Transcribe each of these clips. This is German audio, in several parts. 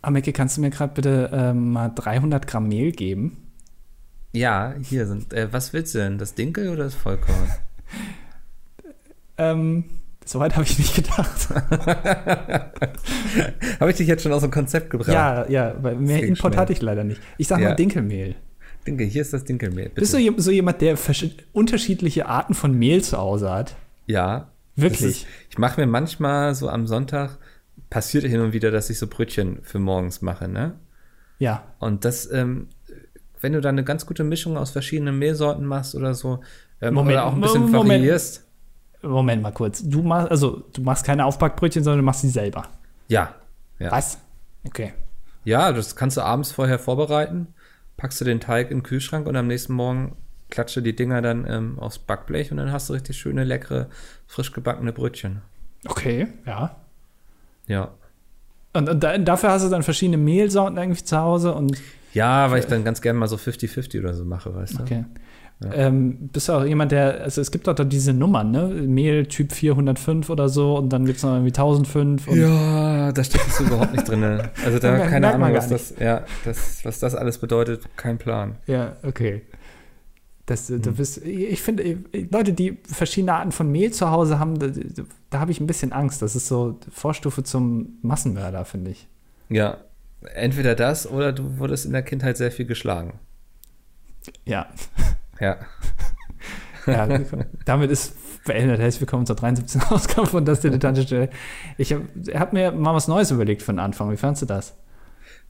Ameke, kannst du mir gerade bitte äh, mal 300 Gramm Mehl geben? Ja, hier sind. Äh, was willst du denn? Das Dinkel oder das Vollkorn? Ähm, Soweit habe ich nicht gedacht. Habe ich dich jetzt schon aus dem Konzept gebracht? Ja, ja, weil mehr ging Input schnell. hatte ich leider nicht. Ich sag Ja. mal Dinkelmehl. Dinkel, hier ist das Dinkelmehl. Bitte. Bist du je- so jemand, der verschi- unterschiedliche Arten von Mehl zu Hause hat? Ja. Wirklich? Das Ist, ich mache mir manchmal so am Sonntag, passiert hin und wieder, dass ich so Brötchen für morgens mache, ne? Ja. Und das, ähm, wenn du da eine ganz gute Mischung aus verschiedenen Mehlsorten machst oder so, ähm, Moment, oder auch ein bisschen Moment. variierst. Moment mal kurz. Du machst, also, du machst keine Aufbackbrötchen, sondern du machst sie selber. Ja. Ja. Was? Okay. ja, das kannst du abends vorher vorbereiten, packst du den Teig in den Kühlschrank und am nächsten Morgen klatsche die Dinger dann ähm, aufs Backblech und dann hast du richtig schöne, leckere, frisch gebackene Brötchen. Okay, ja. Ja. Und, und da, dafür hast du dann verschiedene Mehlsorten irgendwie zu Hause und Ja, weil ich dann ganz gerne mal so 50-50 oder so mache, weißt du? okay. Ähm, bist du auch jemand, der, also es gibt doch da diese Nummern, ne? Mehl Typ 405 oder so und dann gibt es noch irgendwie 1005 und Ja, da steckt es überhaupt nicht drin. Also da Merkt keine man Ahnung, gar was das, ja, das, was das alles bedeutet, kein Plan. Ja, okay. Das, äh, Hm. du bist, ich finde, äh, Leute, die verschiedene Arten von Mehl zu Hause haben, da, da habe ich ein bisschen Angst. Das ist so Vorstufe zum Massenmörder, finde ich. Ja, entweder das oder du wurdest in der Kindheit sehr viel geschlagen. Ja, Ja, ja damit ist beendet. Herzlich willkommen zur 73. Ausgabe von Das Dilettante Stelle. Ich habe hab mir mal was Neues überlegt für den Anfang. Wie fandst du das?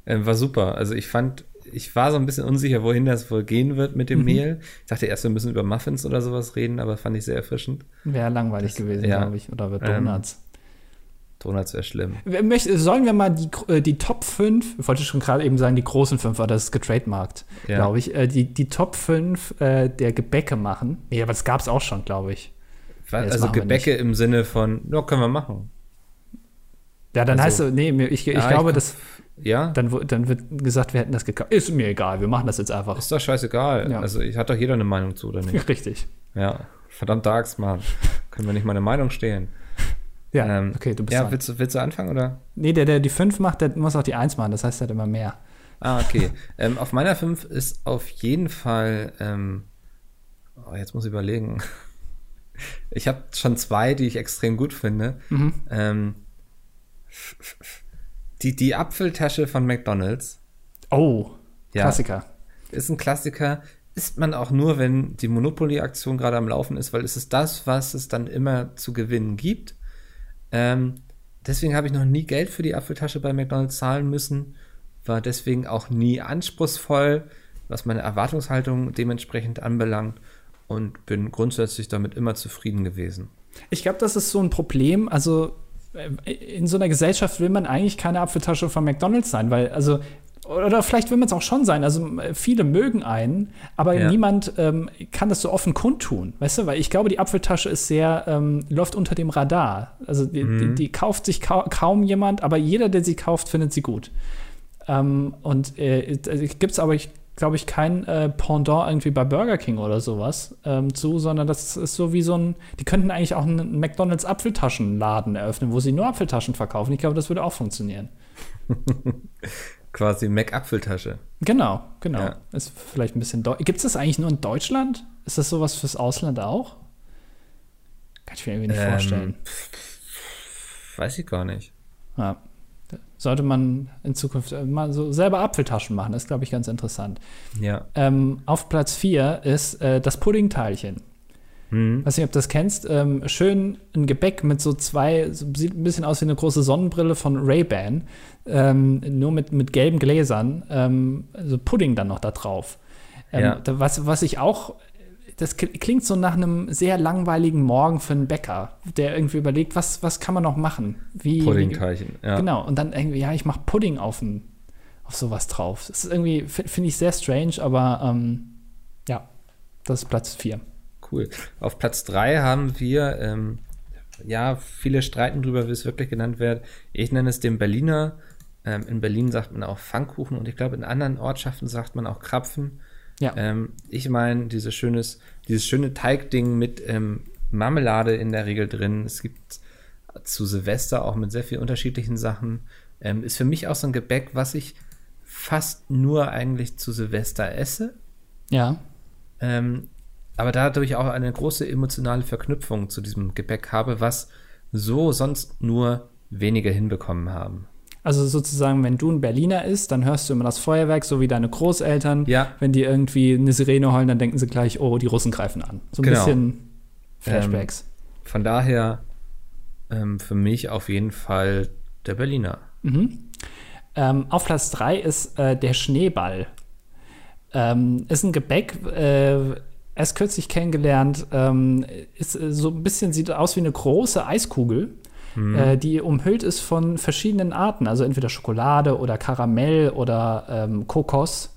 ähm, war super. Also ich fand, ich war so ein bisschen unsicher, wohin das wohl gehen wird mit dem Mhm. Mehl. Ich dachte erst, wir müssen über Muffins oder sowas reden, aber fand ich sehr erfrischend. Wäre langweilig gewesen, ja. glaube ich. Oder wird Ähm, Donuts. Donuts wäre schlimm. Wer möchte- Sollen wir mal die, gro- äh, die Top 5, ich wollte schon gerade eben sagen, die großen 5, aber das ist getrademarkt, Ja. glaube ich, äh, die, die Top 5 äh, der Gebäcke machen. Nee, aber das gab es auch schon, glaube ich. Was, das also machen wir Gebäcke im Sinne von, ja, können wir machen. Ja, dann Also- heißt es, nee, mir- ich, ich Ah, glaube, ich- das, Ja, dann, wu- dann wird gesagt, wir hätten das gekauft. Ist mir egal, wir machen das jetzt einfach. ist doch scheißegal. Ja. Also ich hat doch jeder eine Meinung zu, oder nicht? Richtig. Ja, verdammt Axt, Mann. Können wir nicht meine Meinung stehlen. Ja, Ähm, okay, du bist Ja, dran. willst du, willst du anfangen oder? Nee, der, der die 5 macht, der muss auch die 1 machen, das heißt, er hat immer mehr. Ah, okay. ähm, auf meiner 5 ist auf jeden Fall. Ähm, oh, jetzt muss ich überlegen. Ich habe schon zwei, die ich extrem gut finde. Ähm, die, die Apfeltasche von McDonalds Oh, Ja. Klassiker. ist ein Klassiker. Isst man auch nur, wenn die Monopoly-Aktion gerade am Laufen ist, weil es ist das, was es dann immer zu gewinnen gibt. Ähm, deswegen habe ich noch nie Geld für die Apfeltasche bei McDonalds zahlen müssen, war deswegen auch nie anspruchsvoll, was meine Erwartungshaltung dementsprechend anbelangt und bin grundsätzlich damit immer zufrieden gewesen. Ich glaube, das ist so ein Problem. Also äh, in so einer Gesellschaft will man eigentlich keine Apfeltasche von McDonald's sein, weil also oder vielleicht will man es auch schon sein. Also äh, viele mögen einen, aber Ja. niemand ähm, kann das so offen kundtun, weißt du? Weil ich glaube, die Apfeltasche ist sehr ähm, läuft unter dem Radar. Also die, die, die kauft sich ka kaum jemand, aber jeder, der sie kauft, findet sie gut. Ähm, und äh, gibt es aber, ich glaube ich, kein äh, Pendant irgendwie bei Burger King oder sowas ähm, zu, sondern das ist so wie so ein, die könnten eigentlich auch einen McDonalds Apfeltaschenladen eröffnen, wo sie nur Apfeltaschen verkaufen. Ich glaube, das würde auch funktionieren. Quasi Mac-Apfeltasche. Genau, genau. Ja. Ist vielleicht ein bisschen. Gibt es das eigentlich nur in Deutschland? Ist das sowas fürs Ausland auch? Kann ich mir irgendwie nicht Ähm. vorstellen. Weiß ich gar nicht. Ja. Sollte man in Zukunft äh, mal so selber Apfeltaschen machen, ist, glaube ich, ganz interessant. Ja. Ähm, auf Platz 4 ist äh, das Puddingteilchen. Hm. Weiß nicht, ob du das kennst. Ähm, schön ein Gebäck mit so zwei, so, sieht ein bisschen aus wie eine große Sonnenbrille von Ray-Ban. Ähm, nur mit, mit gelben Gläsern. Ähm, also Pudding dann noch da drauf. Ähm, Ja. da, was, was ich auch, das kli- klingt so nach einem sehr langweiligen Morgen für einen Bäcker, der irgendwie überlegt, was, was kann man noch machen? Wie, wie, Puddingteilchen. Ja. Genau, und dann irgendwie, ja, ich mache Pudding auf, ein, auf sowas drauf. Das ist irgendwie, fi- finde ich sehr strange, aber ähm, ja, das ist Platz 4. Cool. Auf Platz 3 haben wir, ähm, ja, viele streiten drüber, wie es wirklich genannt wird. Ich nenne es den Berliner. Ähm, in Berlin sagt man auch Pfannkuchen und ich glaube, in anderen Ortschaften sagt man auch Krapfen. Ja. Ähm, ich meine, dieses schönes, dieses schöne Teigding mit ähm, Marmelade in der Regel drin. Es gibt zu Silvester auch mit sehr vielen unterschiedlichen Sachen. Ähm, ist für mich auch so ein Gebäck, was ich fast nur eigentlich zu Silvester esse. Ja. Ähm, aber dadurch auch eine große emotionale Verknüpfung zu diesem Gebäck habe, was so sonst nur wenige hinbekommen haben. Also sozusagen, wenn du ein Berliner isst, dann hörst du immer das Feuerwerk, so wie deine Großeltern. Ja. Wenn die irgendwie eine Sirene heulen, dann denken sie gleich, oh, die Russen greifen an. So ein Genau. bisschen Flashbacks. Von daher ähm, für mich auf jeden Fall der Berliner. Ähm, auf Platz 3 ist äh, der Schneeball. Ähm, ist ein Gebäck, äh, erst kürzlich kennengelernt. Ähm, ist äh, so ein bisschen sieht aus wie eine große Eiskugel, äh, die umhüllt ist von verschiedenen Arten. Also entweder Schokolade oder Karamell oder ähm, Kokos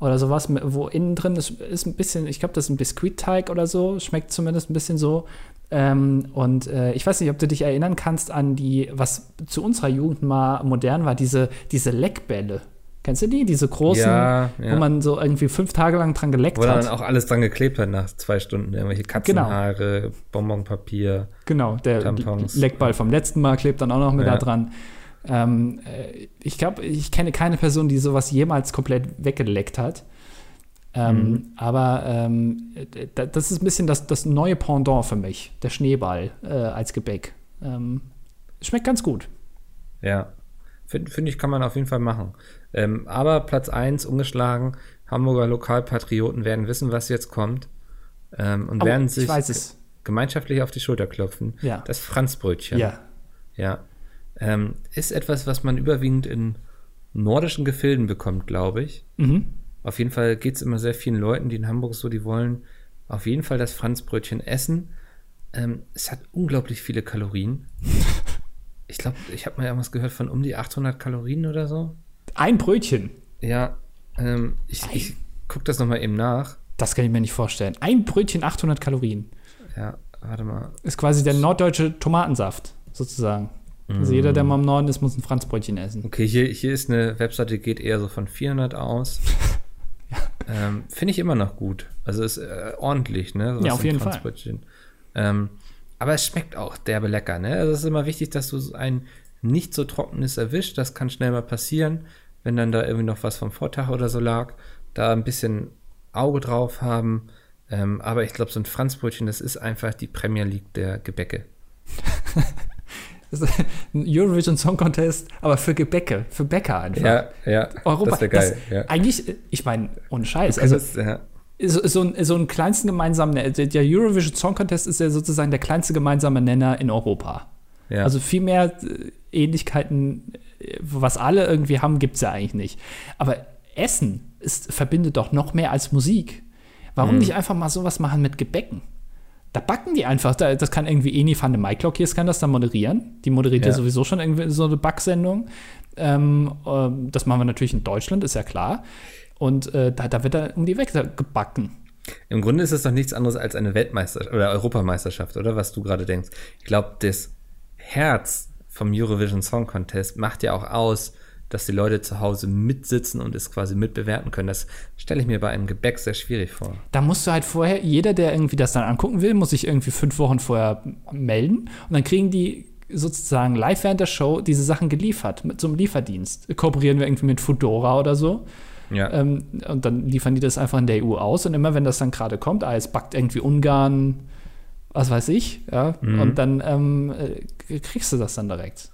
oder sowas, mit- wo innen drin ist, ist ein bisschen, ich glaube, das ist ein Biskuitteig oder so, schmeckt zumindest ein bisschen so. Ähm, und äh, ich weiß nicht, ob du dich erinnern kannst an die, was zu unserer Jugend mal modern war, diese, diese Leckbälle. Kennst du die? Diese großen, Ja, wo ja. man so irgendwie fünf Tage lang dran geleckt Wo dann hat. auch alles dran geklebt hat nach zwei Stunden. Irgendwelche Katzenhaare, Bonbonpapier. Genau, der Tampons. Leckball vom letzten Mal klebt dann auch noch mit Ja. da dran. Ähm, äh, ich glaube, ich kenne keine Person, die sowas jemals komplett weggeleckt hat. Ähm, Mhm. Aber ähm, d- d- das ist ein bisschen das, das neue Pendant für mich, der Schneeball äh, als Gebäck. Ähm, schmeckt ganz gut. Ja. Finde find ich, kann man auf jeden Fall machen. Ähm, aber Platz 1 ungeschlagen. Hamburger Lokalpatrioten werden wissen, was jetzt kommt. Ähm, und Oh, werden ich sich weiß es. gemeinschaftlich auf die Schulter klopfen. Ja. Das Franzbrötchen. Ja. Ja. Ähm, ist etwas, was man überwiegend in nordischen Gefilden bekommt, glaube ich. Mhm. Auf jeden Fall geht es immer sehr vielen Leuten, die in Hamburg so, die wollen auf jeden Fall das Franzbrötchen essen. Ähm, es hat unglaublich viele Kalorien. Ich glaube, ich habe mal irgendwas gehört von um die 800 Kalorien oder so. Ein Brötchen. Ja, ähm, ich, ich gucke das nochmal eben nach. Das kann ich mir nicht vorstellen. Ein Brötchen 800 Kalorien. Ja, warte mal. Ist quasi der norddeutsche Tomatensaft, sozusagen. Also jeder, Mm. der mal im Norden ist, muss ein Franzbrötchen essen. Okay, hier, hier ist eine Webseite, die geht eher so von 400 aus. ähm, Finde ich immer noch gut. Also ist äh, ordentlich, ne? So Ja, was auf im jeden Fall. Franzbrötchen. Ähm, aber es schmeckt auch derbe lecker, ne? Also es ist immer wichtig, dass du so ein nicht so trockenes erwischt. Das kann schnell mal passieren, wenn dann da irgendwie noch was vom Vortag oder so lag. Da ein bisschen Auge drauf haben. Ähm, aber ich glaube, so ein Franzbrötchen, das ist einfach die Premier League der Gebäcke. Das ist ein Eurovision Song Contest, aber für Gebäcke, für Bäcker einfach. ja. Europa, das wäre geil. ja. Eigentlich, äh, ich meine, ohne Scheiß. Also, Das- ja. so, so, ein, so ein kleinsten gemeinsamen, äh, der Eurovision Song Contest ist ja sozusagen der kleinste gemeinsame Nenner in Europa. Ja. Also viel mehr äh, Ähnlichkeiten, äh, was alle irgendwie haben, gibt es ja eigentlich nicht. Aber Essen ist, verbindet doch noch mehr als Musik. Warum nicht einfach mal sowas machen mit Gebäcken? Da backen die einfach. Da, das kann irgendwie Eni van de Maiklock hier, kann das dann moderieren. Die moderiert ja, Ja. sowieso schon irgendwie so eine Backsendung. Ähm, ähm, das machen wir natürlich in Deutschland, ist ja klar. Und äh, da, da wird dann um die Welt gebacken. Im Grunde ist es doch nichts anderes als eine Weltmeisterschaft oder Europameisterschaft, oder was du gerade denkst. Ich glaube, das Herz vom Eurovision Song Contest macht ja auch aus, dass die Leute zu Hause mitsitzen und es quasi mitbewerten können. Das stelle ich mir bei einem Gebäck sehr schwierig vor. Da musst du halt vorher, jeder, der irgendwie das dann angucken will, muss sich irgendwie fünf Wochen vorher melden. Und dann kriegen die sozusagen live während der Show diese Sachen geliefert, mit so einem Lieferdienst. Kooperieren wir irgendwie mit Foodora oder so. Ja, Ähm, und dann liefern die das einfach in der EU aus. Und immer wenn das dann gerade kommt, ah, es backt irgendwie Ungarn, was weiß ich, ja. Und dann ähm, äh, kriegst du das dann direkt.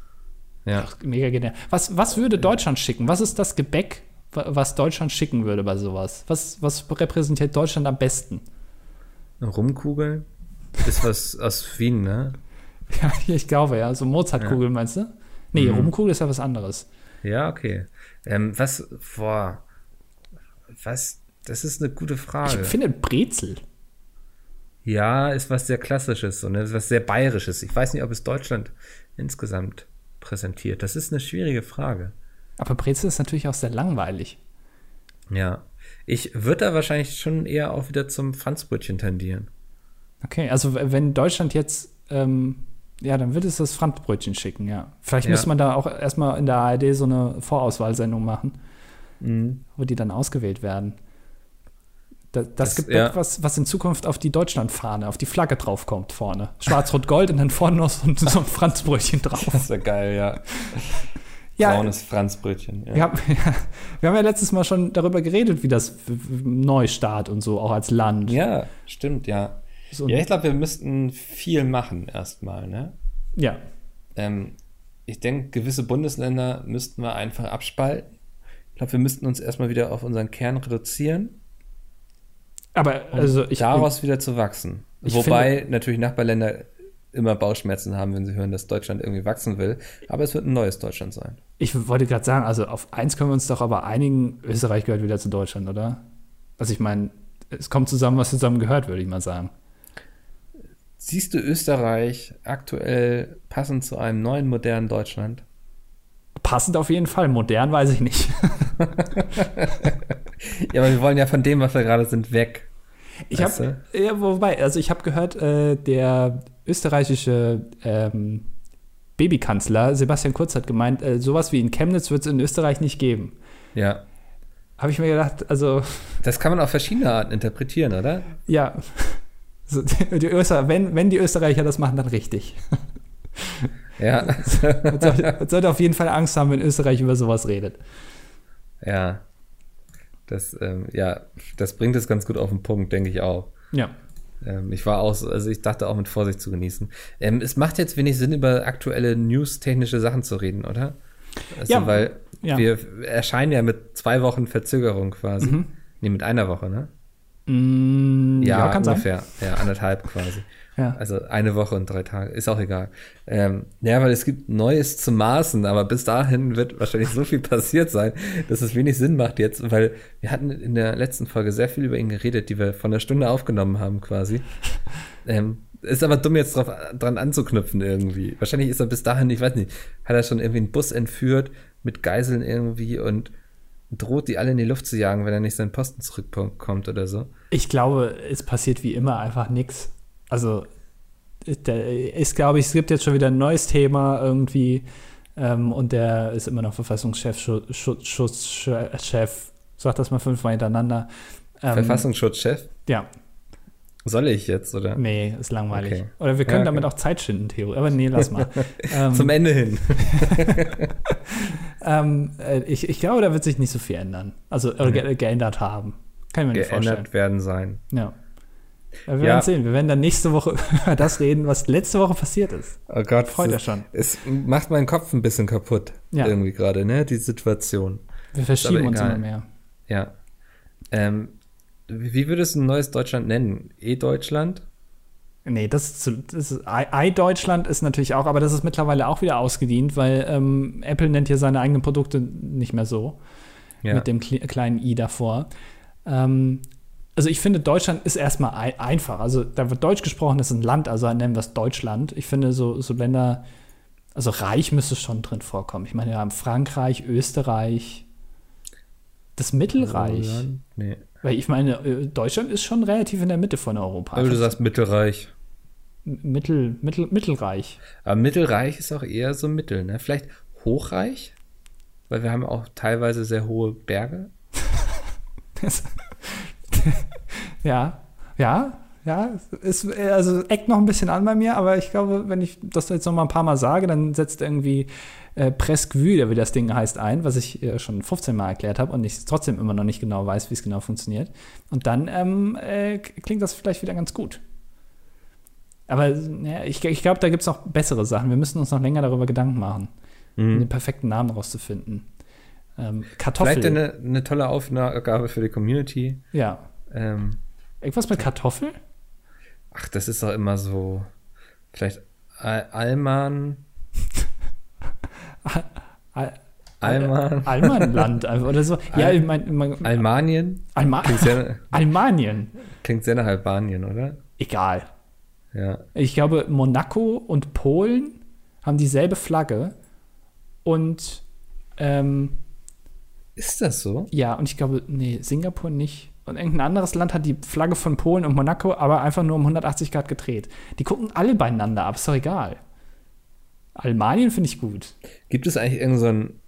ja. Ach, mega genial. Was, was würde Deutschland schicken? Was ist das Gebäck, wa- was Deutschland schicken würde bei sowas? Was, was repräsentiert Deutschland am besten? Rumkugeln ist was aus Wien, ne? Ja, ich glaube, ja. So Mozartkugel, meinst du? Nee, Rumkugel ist ja was anderes. Ja, okay. Ähm, was, boah, was, das ist eine gute Ich Frage. finde Brezel. Ja, ist was sehr Klassisches, so, ne? ist was sehr Bayerisches. Ich weiß nicht, ob es Deutschland insgesamt präsentiert. Das ist eine schwierige Frage. Aber Brezel ist natürlich auch sehr langweilig. Ja. Ich würde da wahrscheinlich schon eher auch wieder zum Franzbrötchen tendieren. Okay, also w- wenn Deutschland jetzt, ähm, ja, dann würde es das Franzbrötchen schicken, ja. Vielleicht Ja. müsste man da auch erstmal in der ARD so eine Vorauswahlsendung machen, wo die dann ausgewählt werden. Da, das, Das- Gebäck, ja. was, was in Zukunft auf die Deutschlandfahne, auf die Flagge draufkommt vorne. Schwarz-Rot-Gold und dann vorne noch so, ein- so ein Franzbrötchen drauf. Das ist ja geil, ja. Ja. Braunes Franzbrötchen. Ja. Wir haben, ja, wir haben ja letztes Mal schon darüber geredet, wie das w- w- Neustart und so auch als Land. ja, stimmt, ja. So, Ja, ich glaube, wir müssten viel machen erstmal, ne? ja. Ähm, ich denke, gewisse Bundesländer müssten wir einfach abspalten. Ich glaube, wir müssten uns erstmal wieder auf unseren Kern reduzieren, Aber also ich, daraus wieder zu wachsen. Ich Wobei natürlich Nachbarländer immer Bauchschmerzen haben, wenn sie hören, dass Deutschland irgendwie wachsen will. Aber es wird ein neues Deutschland sein. ich wollte gerade sagen, also auf eins können wir uns doch aber einigen, Österreich gehört wieder zu Deutschland, oder? Also ich meine, es kommt zusammen, was zusammen gehört, würde ich mal sagen. Siehst du Österreich aktuell passend zu einem neuen, modernen Deutschland? Passend auf jeden Fall, modern weiß ich nicht. Ja, aber wir wollen ja von dem, was wir gerade sind, weg. Ich Weißt habe, ja, wobei, also ich habe gehört, äh, der österreichische ähm, Babykanzler Sebastian Kurz hat gemeint, äh, sowas wie in Chemnitz wird es in Österreich nicht geben. Ja. Habe ich mir gedacht, also Das kann man auf verschiedene Arten interpretieren, oder? ja, so, die Öster, wenn, wenn die Österreicher das machen, dann richtig. Ja. Man sollte, man sollte auf jeden Fall Angst haben, wenn Österreich über sowas redet. ja. Das, ähm, ja, das bringt es ganz gut auf den Punkt, denke ich auch. Ja. Ähm, ich war auch, so- also ich dachte auch mit Vorsicht zu genießen. Ähm, es macht jetzt wenig Sinn, über aktuelle news-technische Sachen zu reden, oder? Also, Ja. weil Ja. wir erscheinen ja mit zwei Wochen Verzögerung quasi. Mhm. Nee, mit einer Woche, ne? Mm, Ja, kann sein. ungefähr. Ja, anderthalb quasi. Ja. Also eine Woche und drei Tage, ist auch egal. Ähm, ja, weil es gibt Neues zu maßen, aber bis dahin wird wahrscheinlich so viel passiert sein, dass es wenig Sinn macht jetzt, weil wir hatten in der letzten Folge sehr viel über ihn geredet, die wir von der Stunde aufgenommen haben quasi. Ähm, ist aber dumm, jetzt drauf, dran anzuknüpfen irgendwie. Wahrscheinlich ist er bis dahin, ich weiß nicht, hat er schon irgendwie einen Bus entführt mit Geiseln irgendwie und droht die alle in die Luft zu jagen, wenn er nicht seinen Posten zurückkommt oder so. Ich glaube, es passiert wie immer einfach nichts. Also, da ist, glaube ich, es gibt jetzt schon wieder ein neues Thema irgendwie. Ähm, und der ist immer noch Verfassungschef, Schu- Schu- Schutzchef. Sag das mal fünfmal hintereinander. Ähm, Verfassungsschutzchef? Ja, Soll ich jetzt, oder? nee, ist langweilig. Okay. Oder wir können Ja, okay. damit auch Zeit schinden, Theo. Aber nee, lass mal. ähm, Zum Ende hin. ähm, äh, ich, ich glaube, da wird sich nicht so viel ändern. Also, oder ge geändert haben. Kann ich mir nicht vorstellen. Geändert werden sein. Ja. Wir werden Ja. sehen. Wir werden dann nächste Woche über das reden, was letzte Woche passiert ist. Oh Gott. Freut es- ja schon. Es macht meinen Kopf ein bisschen kaputt. Ja. Irgendwie gerade, ne? Die Situation. Wir verschieben aber uns egal. immer mehr. Ja. Ähm, wie wie würdest du ein neues Deutschland nennen? E-Deutschland? Nee, das ist, zu- das ist I, I Deutschland ist natürlich auch, aber das ist mittlerweile auch wieder ausgedient, weil ähm, Apple nennt ja seine eigenen Produkte nicht mehr so Ja. mit dem kle- kleinen i davor. Ähm, also ich finde, Deutschland ist erstmal ei- einfach. Also da wird Deutsch gesprochen, das ist ein Land, also nennen wir es Deutschland. Ich finde, so, so Länder, also reich müsste schon drin vorkommen. Ich meine, wir haben Frankreich, Österreich, das Mittelreich. Roland? Nee. Weil ich meine, äh, Deutschland ist schon relativ in der Mitte von Europa. Aber du sagst Mittelreich. M- Mittel, Mittel, Mittelreich. Aber Mittelreich ist auch eher so Mittel, ne? Vielleicht Hochreich? Weil wir haben auch teilweise sehr hohe Berge. Das- ja, ja, ja. Ist, äh, also eckt noch ein bisschen an bei mir, aber ich glaube, wenn ich das jetzt noch mal ein paar Mal sage, dann setzt irgendwie äh, Presque Vue, wie das Ding heißt, ein, was ich äh, schon 15 Mal erklärt habe und ich trotzdem immer noch nicht genau weiß, wie es genau funktioniert. Und dann ähm, äh, k- klingt das vielleicht wieder ganz gut. Aber ja, ich, ich glaube, da gibt es noch bessere Sachen. Wir müssen uns noch länger darüber Gedanken machen, um den perfekten Namen rauszufinden. Ähm, Kartoffel. Vielleicht eine, eine tolle Aufgabe für die Community. ja. Ähm, Irgendwas mit Kartoffel? Ach, das ist doch immer so. Vielleicht Al- Alman. Al Alman. Almanland einfach oder so. Ja, Al- ich meine, mein, Almanien? Alma Klingt sehr, Almanien. klingt sehr nach Albanien, oder? Egal. Ja. Ich glaube, Monaco und Polen haben dieselbe Flagge. Und ähm, Ist das so? ja, und ich glaube, nee, Singapur nicht. Und irgendein anderes Land hat die Flagge von Polen und Monaco, aber einfach nur um 180 Grad gedreht. Die gucken alle beieinander ab, ist doch egal. Almanien finde ich gut. Gibt es eigentlich irgendeinen so einen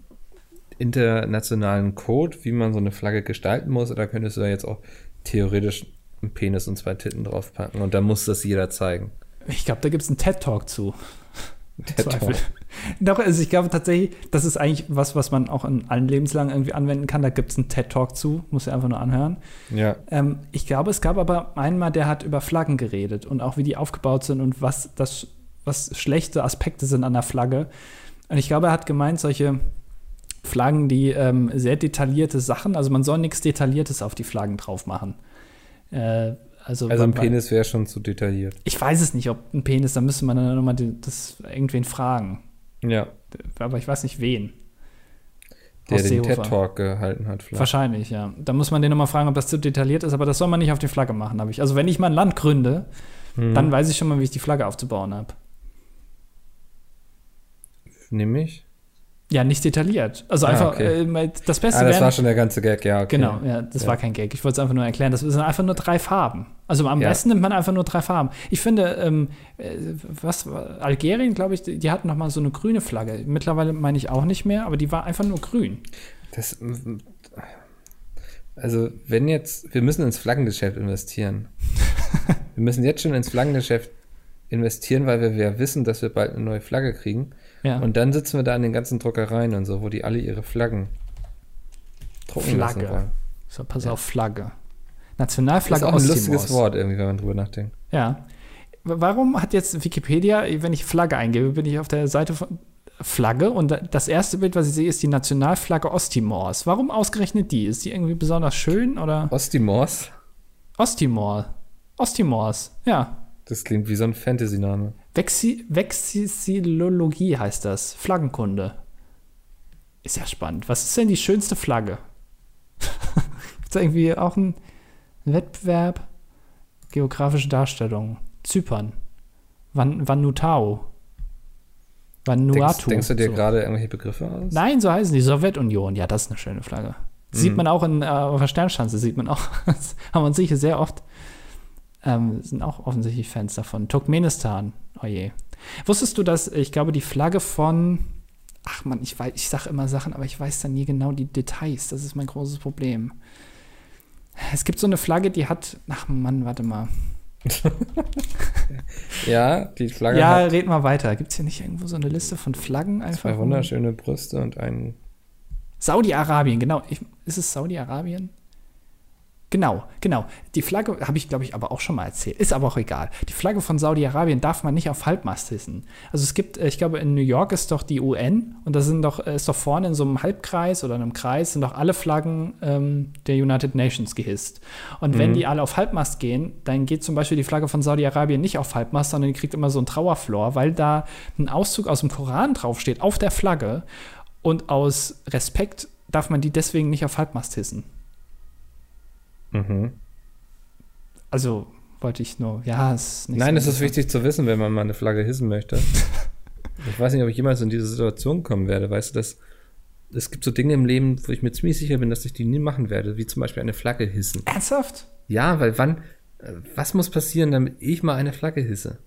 internationalen Code, wie man so eine Flagge gestalten muss? Oder könntest du da jetzt auch theoretisch einen Penis und zwei Titten draufpacken und dann muss das jeder zeigen? Ich glaube, da gibt es einen TED-Talk zu. Der Zweifel. Doch, also ich glaube tatsächlich, das ist eigentlich was, was man auch in allen Lebenslang irgendwie anwenden kann. Da gibt es einen TED-Talk zu, muss ja einfach nur anhören. Ja. Ähm, ich glaube, es gab aber einmal, der hat über Flaggen geredet und auch wie die aufgebaut sind und was das, was schlechte Aspekte sind an der Flagge. Und ich glaube, er hat gemeint, solche Flaggen, die ähm, sehr detaillierte Sachen, also man soll nichts Detailliertes auf die Flaggen drauf machen. Äh, also, Also ein bei- Penis wäre schon zu detailliert. Ich weiß es nicht, ob ein Penis, da müsste man dann nochmal das irgendwen fragen. Ja. Aber ich weiß nicht wen. Der Horst den Seehofer. TED-Talk gehalten hat vielleicht. Wahrscheinlich, ja. Da muss man den nochmal fragen, ob das zu detailliert ist, aber das soll man nicht auf die Flagge machen, habe ich. Also wenn ich mal ein Land gründe, Mhm. dann weiß ich schon mal, wie ich die Flagge aufzubauen habe. Nämlich? Ja, nicht detailliert. Also Ah, einfach okay. äh, mal- das Beste Ah, das wären- war schon der ganze Gag, ja. Okay. Genau, ja, das Ja. war kein Gag. Ich wollte es einfach nur erklären. Das sind einfach nur drei Farben. Also am Ja. besten nimmt man einfach nur drei Farben. Ich finde, ähm, äh, was war- Algerien, glaube ich, die, die hatten noch mal so eine grüne Flagge. Mittlerweile meine ich auch nicht mehr, aber die war einfach nur grün. Das, also, wenn jetzt, wir müssen ins Flaggengeschäft investieren. wir müssen jetzt schon ins Flaggengeschäft investieren, weil wir ja wissen, dass wir bald eine neue Flagge kriegen. Ja. Und dann sitzen wir da in den ganzen Druckereien und so, wo die alle ihre Flaggen drucken lassen Flagge. wollen. so, pass Ja. auf, Flagge. Flagge Nationalflagge ist auch ein lustiges Osttimors. Wort irgendwie, wenn man drüber nachdenkt. Ja. W- Warum hat jetzt Wikipedia, wenn ich Flagge eingebe, bin ich auf der Seite von Flagge und da- das erste Bild, was ich sehe, ist die Nationalflagge Osttimors. Warum ausgerechnet die? Ist die irgendwie besonders schön oder? Ostimors, Osttimor. Osttimors, ja. das klingt wie so ein Fantasy-Name. Vexi Vexillologie heißt das. Flaggenkunde. Ist ja spannend. Was ist denn die schönste Flagge? Gibt es irgendwie auch einen Wettbewerb? Geografische Darstellung. Zypern. Van Vanutau. Denkst, Vanuatu. denkst du dir so. gerade irgendwelche Begriffe aus? Nein, so heißen die Sowjetunion. Ja, das ist eine schöne Flagge. Sieht Mhm. man auch in, äh, auf der Sternschanze, sieht man auch. Das haben wir uns sicher sehr oft. Ähm, sind auch offensichtlich Fans davon. Turkmenistan, oh je. Wusstest du, dass, ich glaube, die Flagge von. Ach man, ich weiß, ich sage immer Sachen, aber ich weiß dann nie genau die Details. Das ist mein großes Problem. Es gibt so eine Flagge, die hat. Ach Mann, warte mal. Ja, die Flagge Ja, hat red mal weiter. Gibt es hier nicht irgendwo so eine Liste von Flaggen einfach? zwei wunderschöne Brüste und einen Saudi-Arabien, genau. Ich, ist es Saudi-Arabien? Genau, genau. Die Flagge habe ich, glaube ich, aber auch schon mal erzählt. Ist aber auch egal. Die Flagge von Saudi-Arabien darf man nicht auf Halbmast hissen. Also es gibt, äh, ich glaube, in New York ist doch die UN und da sind doch, äh, ist doch vorne in so einem Halbkreis oder in einem Kreis sind doch alle Flaggen ähm, der United Nations gehisst. Und wenn die alle auf Halbmast gehen, dann geht zum Beispiel die Flagge von Saudi-Arabien nicht auf Halbmast, sondern die kriegt immer so einen Trauerflor, weil da ein Auszug aus dem Koran draufsteht, auf der Flagge. Und aus Respekt darf man die deswegen nicht auf Halbmast hissen. Mhm. Also wollte ich nur, ja, es ist nicht Nein, so es ist interessant. wichtig zu wissen, wenn man mal eine Flagge hissen möchte. ich weiß nicht, ob ich jemals in diese Situation kommen werde. Weißt du, dass es gibt so Dinge im Leben, wo ich mir ziemlich sicher bin, dass ich die nie machen werde, wie zum Beispiel eine Flagge hissen. Ernsthaft? Ja, weil wann, äh, was muss passieren, damit ich mal eine Flagge hisse?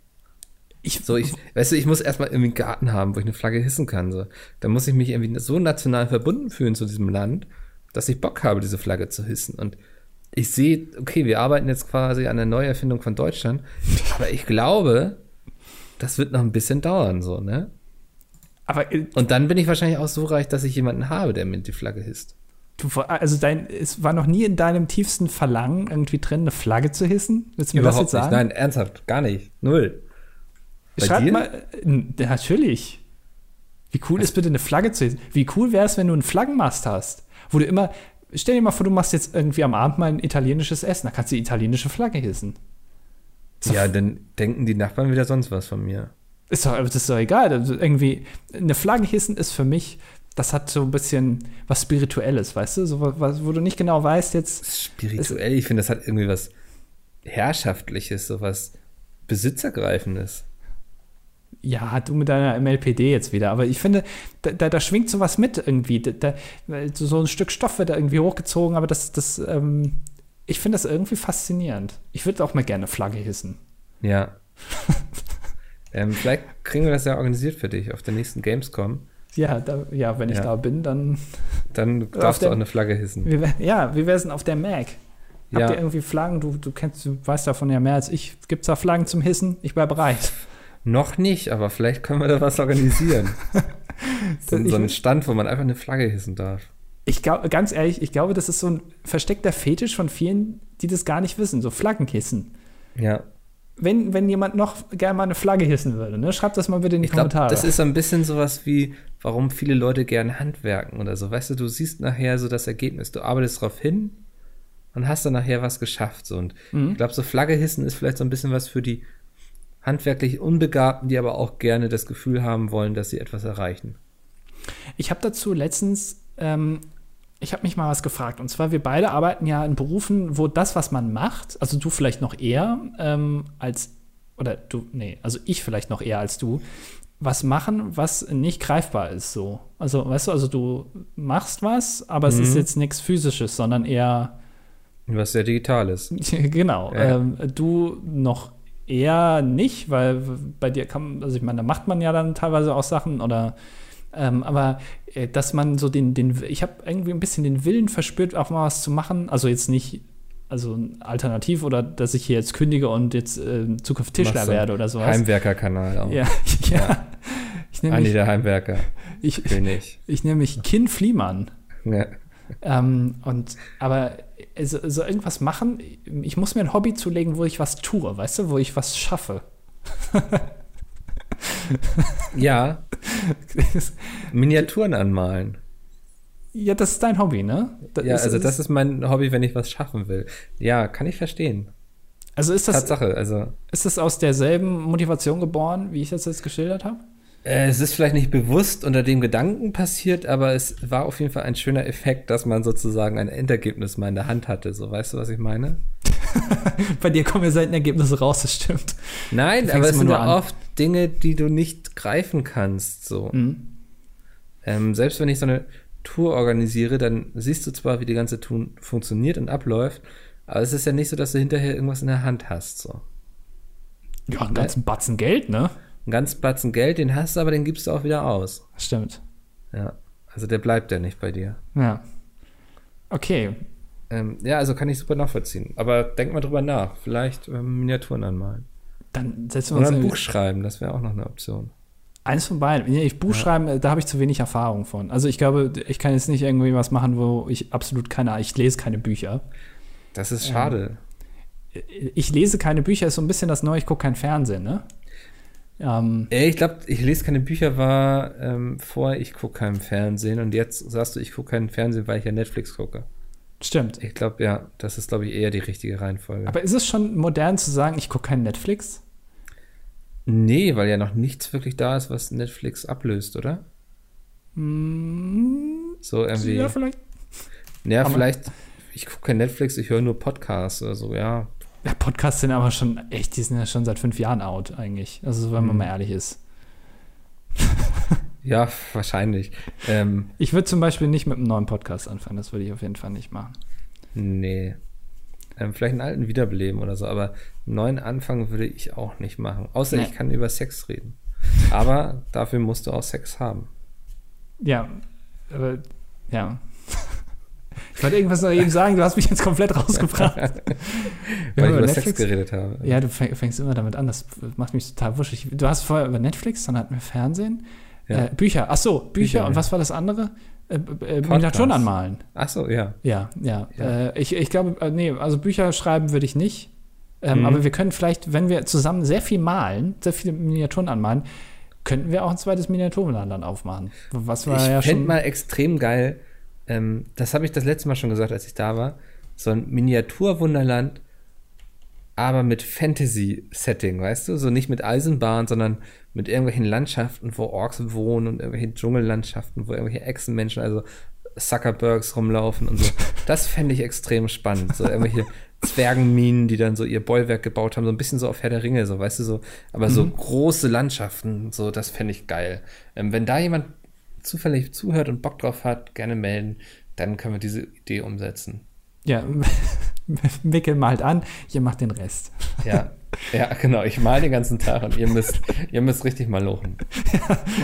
Ich, So, ich, weißt du, ich muss erstmal irgendwie einen Garten haben, wo ich eine Flagge hissen kann. So. Da muss ich mich irgendwie so national verbunden fühlen zu diesem Land, dass ich Bock habe, diese Flagge zu hissen. Und ich sehe, okay, wir arbeiten jetzt quasi an der Neuerfindung von Deutschland, aber ich glaube, das wird noch ein bisschen dauern, so, ne? aber äh, Und dann bin ich wahrscheinlich auch so reich, dass ich jemanden habe, der mir die Flagge hisst. du, also dein, es war noch nie in deinem tiefsten Verlangen irgendwie drin, eine Flagge zu hissen? Willst du mir das jetzt nicht. sagen? Nein, ernsthaft, gar nicht. Null. Bei Schreib dir? mal, äh, n- natürlich. Wie cool ist bitte eine Flagge zu hissen? Wie cool wäre es, wenn du einen Flaggenmast hast, wo du immer, stell dir mal vor, du machst jetzt irgendwie am Abend mal ein italienisches Essen, da kannst du die italienische Flagge hissen. Ja, dann denken die Nachbarn wieder sonst was von mir. Ist doch, aber das ist doch egal. Also irgendwie, eine Flagge hissen ist für mich, das hat so ein bisschen was Spirituelles, weißt du? So, wa- was, wo du nicht genau weißt jetzt. spirituell. Ich finde, das hat irgendwie was Herrschaftliches, sowas Besitzergreifendes. Ja, du mit deiner MLPD jetzt wieder. Aber ich finde, da, da, da schwingt sowas mit irgendwie. Da, da, weil so- so ein Stück Stoff wird da irgendwie hochgezogen, aber das, das, ähm, ich finde das irgendwie faszinierend. Ich würde auch mal gerne Flagge hissen. Ja. ähm, vielleicht kriegen wir das ja organisiert für dich auf der nächsten Gamescom. Ja, da, ja, wenn ich Ja. da bin, dann. Dann darfst du der- auch eine Flagge hissen. Wie wär, ja, wie wär's denn auf der Mac? Habt ihr Ja, irgendwie Flaggen? Du, du kennst, du weißt davon ja mehr als ich. Gibt's da Flaggen zum Hissen? Ich bleib bereit. Noch nicht, aber vielleicht können wir da was organisieren. so, so einen Stand, wo man einfach eine Flagge hissen darf. Ich glaube, ganz ehrlich, ich glaube, das ist so ein versteckter Fetisch von vielen, die das gar nicht wissen, so Flaggenkissen. Ja. Wenn, wenn jemand noch gerne mal eine Flagge hissen würde, ne? schreibt das mal bitte in die Ich glaube, Kommentare. das ist so ein bisschen sowas wie, warum viele Leute gerne handwerken oder so. Weißt du, du siehst nachher so das Ergebnis. Du arbeitest drauf hin und hast dann nachher was geschafft. So. Und Mhm. ich glaube, so Flagge hissen ist vielleicht so ein bisschen was für die handwerklich Unbegabten, die aber auch gerne das Gefühl haben wollen, dass sie etwas erreichen. Ich habe dazu letztens, ähm, ich habe mich mal was gefragt. Und zwar, wir beide arbeiten ja in Berufen, wo das, was man macht, also du vielleicht noch eher ähm, als, oder du, nee, also ich vielleicht noch eher als du, was machen, was nicht greifbar ist so. Also, weißt du, also du machst was, aber es Mhm. ist jetzt nichts Physisches, sondern eher, Was sehr digital ist. genau, Ja. ähm, du noch eher nicht, weil bei dir kann, also ich meine, da macht man ja dann teilweise auch Sachen oder ähm, aber äh, dass man so den, den ich habe irgendwie ein bisschen den Willen verspürt, auch mal was zu machen. Also jetzt nicht, also alternativ oder dass ich hier jetzt kündige und jetzt äh, in Zukunft Tischler Machst so einen werde oder sowas. Heimwerkerkanal auch. ja, ja. Ich nenne Andi mich, der Heimwerker. ich, Will nicht. ich nenn mich Kinn Fliemann. Ja. Ähm, und aber also, so irgendwas machen, ich muss mir ein Hobby zulegen, wo ich was tue, weißt du, wo ich was schaffe. ja, Miniaturen anmalen. ja, das ist dein Hobby, ne? Da- Ja, ist- also das ist mein Hobby, wenn ich was schaffen will. Ja, kann ich verstehen. also ist das, Tatsache, also ist das aus derselben Motivation geboren, wie ich das jetzt geschildert habe? äh, es ist vielleicht nicht bewusst unter dem Gedanken passiert, aber es war auf jeden Fall ein schöner Effekt, dass man sozusagen ein Endergebnis mal in der Hand hatte. So, weißt du, was ich meine? Bei dir kommen ja selten Ergebnisse raus, das stimmt. Nein, aber fängst es immer sind nur ja an. oft Dinge, die du nicht greifen kannst. So. Mhm. Ähm, selbst wenn ich so eine Tour organisiere, dann siehst du zwar, wie die ganze Tour funktioniert und abläuft, aber es ist ja nicht so, dass du hinterher irgendwas in der Hand hast. So. Ja, einen ganzen Batzen Geld, ne? Einen ganzen Batzen Geld, den hast du, aber den gibst du auch wieder aus. Stimmt. Ja. Also der bleibt ja nicht bei dir. Ja. Okay. Ähm, ja, also kann ich super nachvollziehen. Aber denk mal drüber nach. Vielleicht ähm, Miniaturen anmalen. Dann setzen wir uns Oder ein irgendwie- Buch schreiben, das wäre auch noch eine Option. Eins von beiden. Nee, ich Buchschreiben, äh, da habe ich zu wenig Erfahrung von. Also ich glaube, ich kann jetzt nicht irgendwie was machen, wo ich absolut keine, ich lese keine Bücher. Das ist schade. Ich lese keine Bücher ist so ein bisschen das Neue, ich gucke kein Fernsehen, ne? Ähm, Ey, Ich glaube, ich lese keine Bücher war ähm, vor, ich gucke keinen Fernsehen. Und jetzt sagst du, ich gucke keinen Fernsehen, weil ich ja Netflix gucke. stimmt. Ich glaube, ja, das ist, glaube ich, eher die richtige Reihenfolge. Aber ist es schon modern zu sagen, ich gucke kein Netflix? nee, weil ja noch nichts wirklich da ist, was Netflix ablöst, oder? So irgendwie. Hm, Ja, Ja, vielleicht. aber- vielleicht, ich gucke kein Netflix, ich höre nur Podcasts oder so, ja. Ja, Podcasts sind aber schon echt, die sind ja schon seit fünf Jahren out eigentlich. Also wenn man mal ehrlich ist. Ja, wahrscheinlich. Ähm, Ich würde zum Beispiel nicht mit einem neuen Podcast anfangen, das würde ich auf jeden Fall nicht machen. Nee. Ähm, vielleicht einen alten wiederbeleben oder so, aber einen neuen Anfang würde ich auch nicht machen. Außer Nee. ich kann über Sex reden. Aber dafür musst du auch Sex haben. Ja, aber ja. Ich wollte irgendwas noch eben sagen, du hast mich jetzt komplett rausgebracht. Wir Weil haben ich über über Sex Netflix. geredet habe. Ja, du fäng- fängst immer damit an, das macht mich total wuschig. Du hast vorher über Netflix, dann hatten wir Fernsehen, Ja. äh, Bücher, ach so, Bücher, Bücher, und ja. was war das andere? Äh, äh, Miniaturen anmalen. Ach so, ja. Ja, ja. Ja. Äh, ich ich glaube, äh, nee, also Bücher schreiben würde ich nicht. Ähm, Mhm. Aber wir können vielleicht, wenn wir zusammen sehr viel malen, sehr viele Miniaturen anmalen, könnten wir auch ein zweites Miniaturenland dann aufmachen. Was wir ich ja fänd schon. mal extrem geil, ähm, das habe ich das letzte Mal schon gesagt, als ich da war, so ein Miniaturwunderland, aber mit Fantasy-Setting, weißt du? So nicht mit Eisenbahn, sondern mit irgendwelchen Landschaften, wo Orks wohnen und irgendwelchen Dschungellandschaften, wo irgendwelche Echsenmenschen, also Zuckerbergs rumlaufen und so. Das fände ich extrem spannend. So irgendwelche Zwergenminen, die dann so ihr Bollwerk gebaut haben, so ein bisschen so auf Herr der Ringe, so weißt du so, aber so Mhm. große Landschaften, so das fände ich geil. Ähm, wenn da jemand zufällig zuhört und Bock drauf hat, gerne melden, dann können wir diese Idee umsetzen. ja, Mickel malt an, ihr macht den Rest. Ja, ja, genau. Ich mal den ganzen Tag und ihr müsst, ihr müsst richtig mal lochen.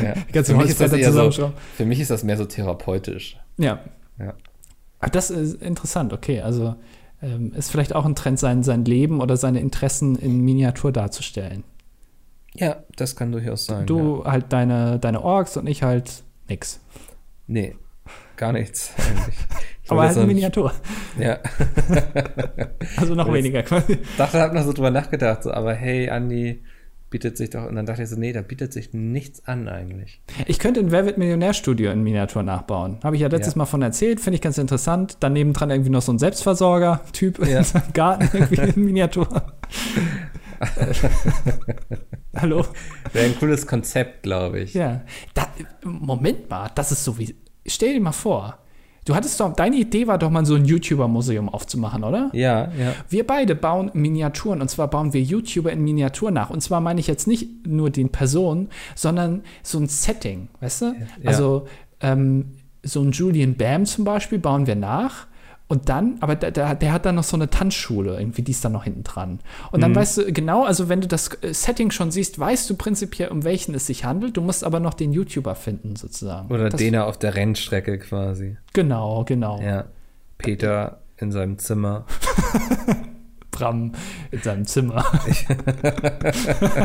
Ja. Ganz Für, mich ist das Holzbretter eher so, zusammenschrauben. für mich ist das mehr so therapeutisch. Ja. Ja. Ach, das ist interessant, okay. Also ähm, ist vielleicht auch ein Trend, sein, sein Leben oder seine Interessen in Miniatur darzustellen. Ja, das kann durchaus sein. ja. Du halt deine, deine Orks und ich halt nix. Nee, gar nichts eigentlich. Ich Aber wollte halt eine jetzt Miniatur. noch- Ja, Also noch Jetzt- weniger quasi. dachte, hab noch so drüber nachgedacht, so, aber hey, Andi bietet sich doch, und dann dachte ich so, nee, da bietet sich nichts an eigentlich. Ich könnte ein Velvet Millionär Studio in Miniatur nachbauen. Habe ich ja letztes Ja. Mal von erzählt, finde ich ganz interessant. Daneben dran irgendwie noch so ein Selbstversorger-Typ Ja. in seinem Garten irgendwie in Miniatur. Hallo? Wäre ein cooles Konzept, glaube ich. Ja. Da, Moment mal, das ist so wie. Stell dir mal vor, du hattest doch, deine Idee war doch mal so ein YouTuber-Museum aufzumachen, oder? Ja, ja. Wir beide bauen Miniaturen und zwar bauen wir YouTuber in Miniatur nach. Und zwar meine ich jetzt nicht nur den Personen, sondern so ein Setting, weißt du? Also ähm, so ein Julian Bam zum Beispiel bauen wir nach. Und dann, aber der, der, der hat dann noch so eine Tanzschule, irgendwie, die ist dann noch hinten dran. Und Mhm. dann weißt du genau, also wenn du das äh, Setting schon siehst, weißt du prinzipiell, um welchen es sich handelt. Du musst aber noch den YouTuber finden, sozusagen. Oder das, Dena auf der Rennstrecke quasi. Genau, genau. Ja. Peter in seinem Zimmer. Bram in seinem Zimmer.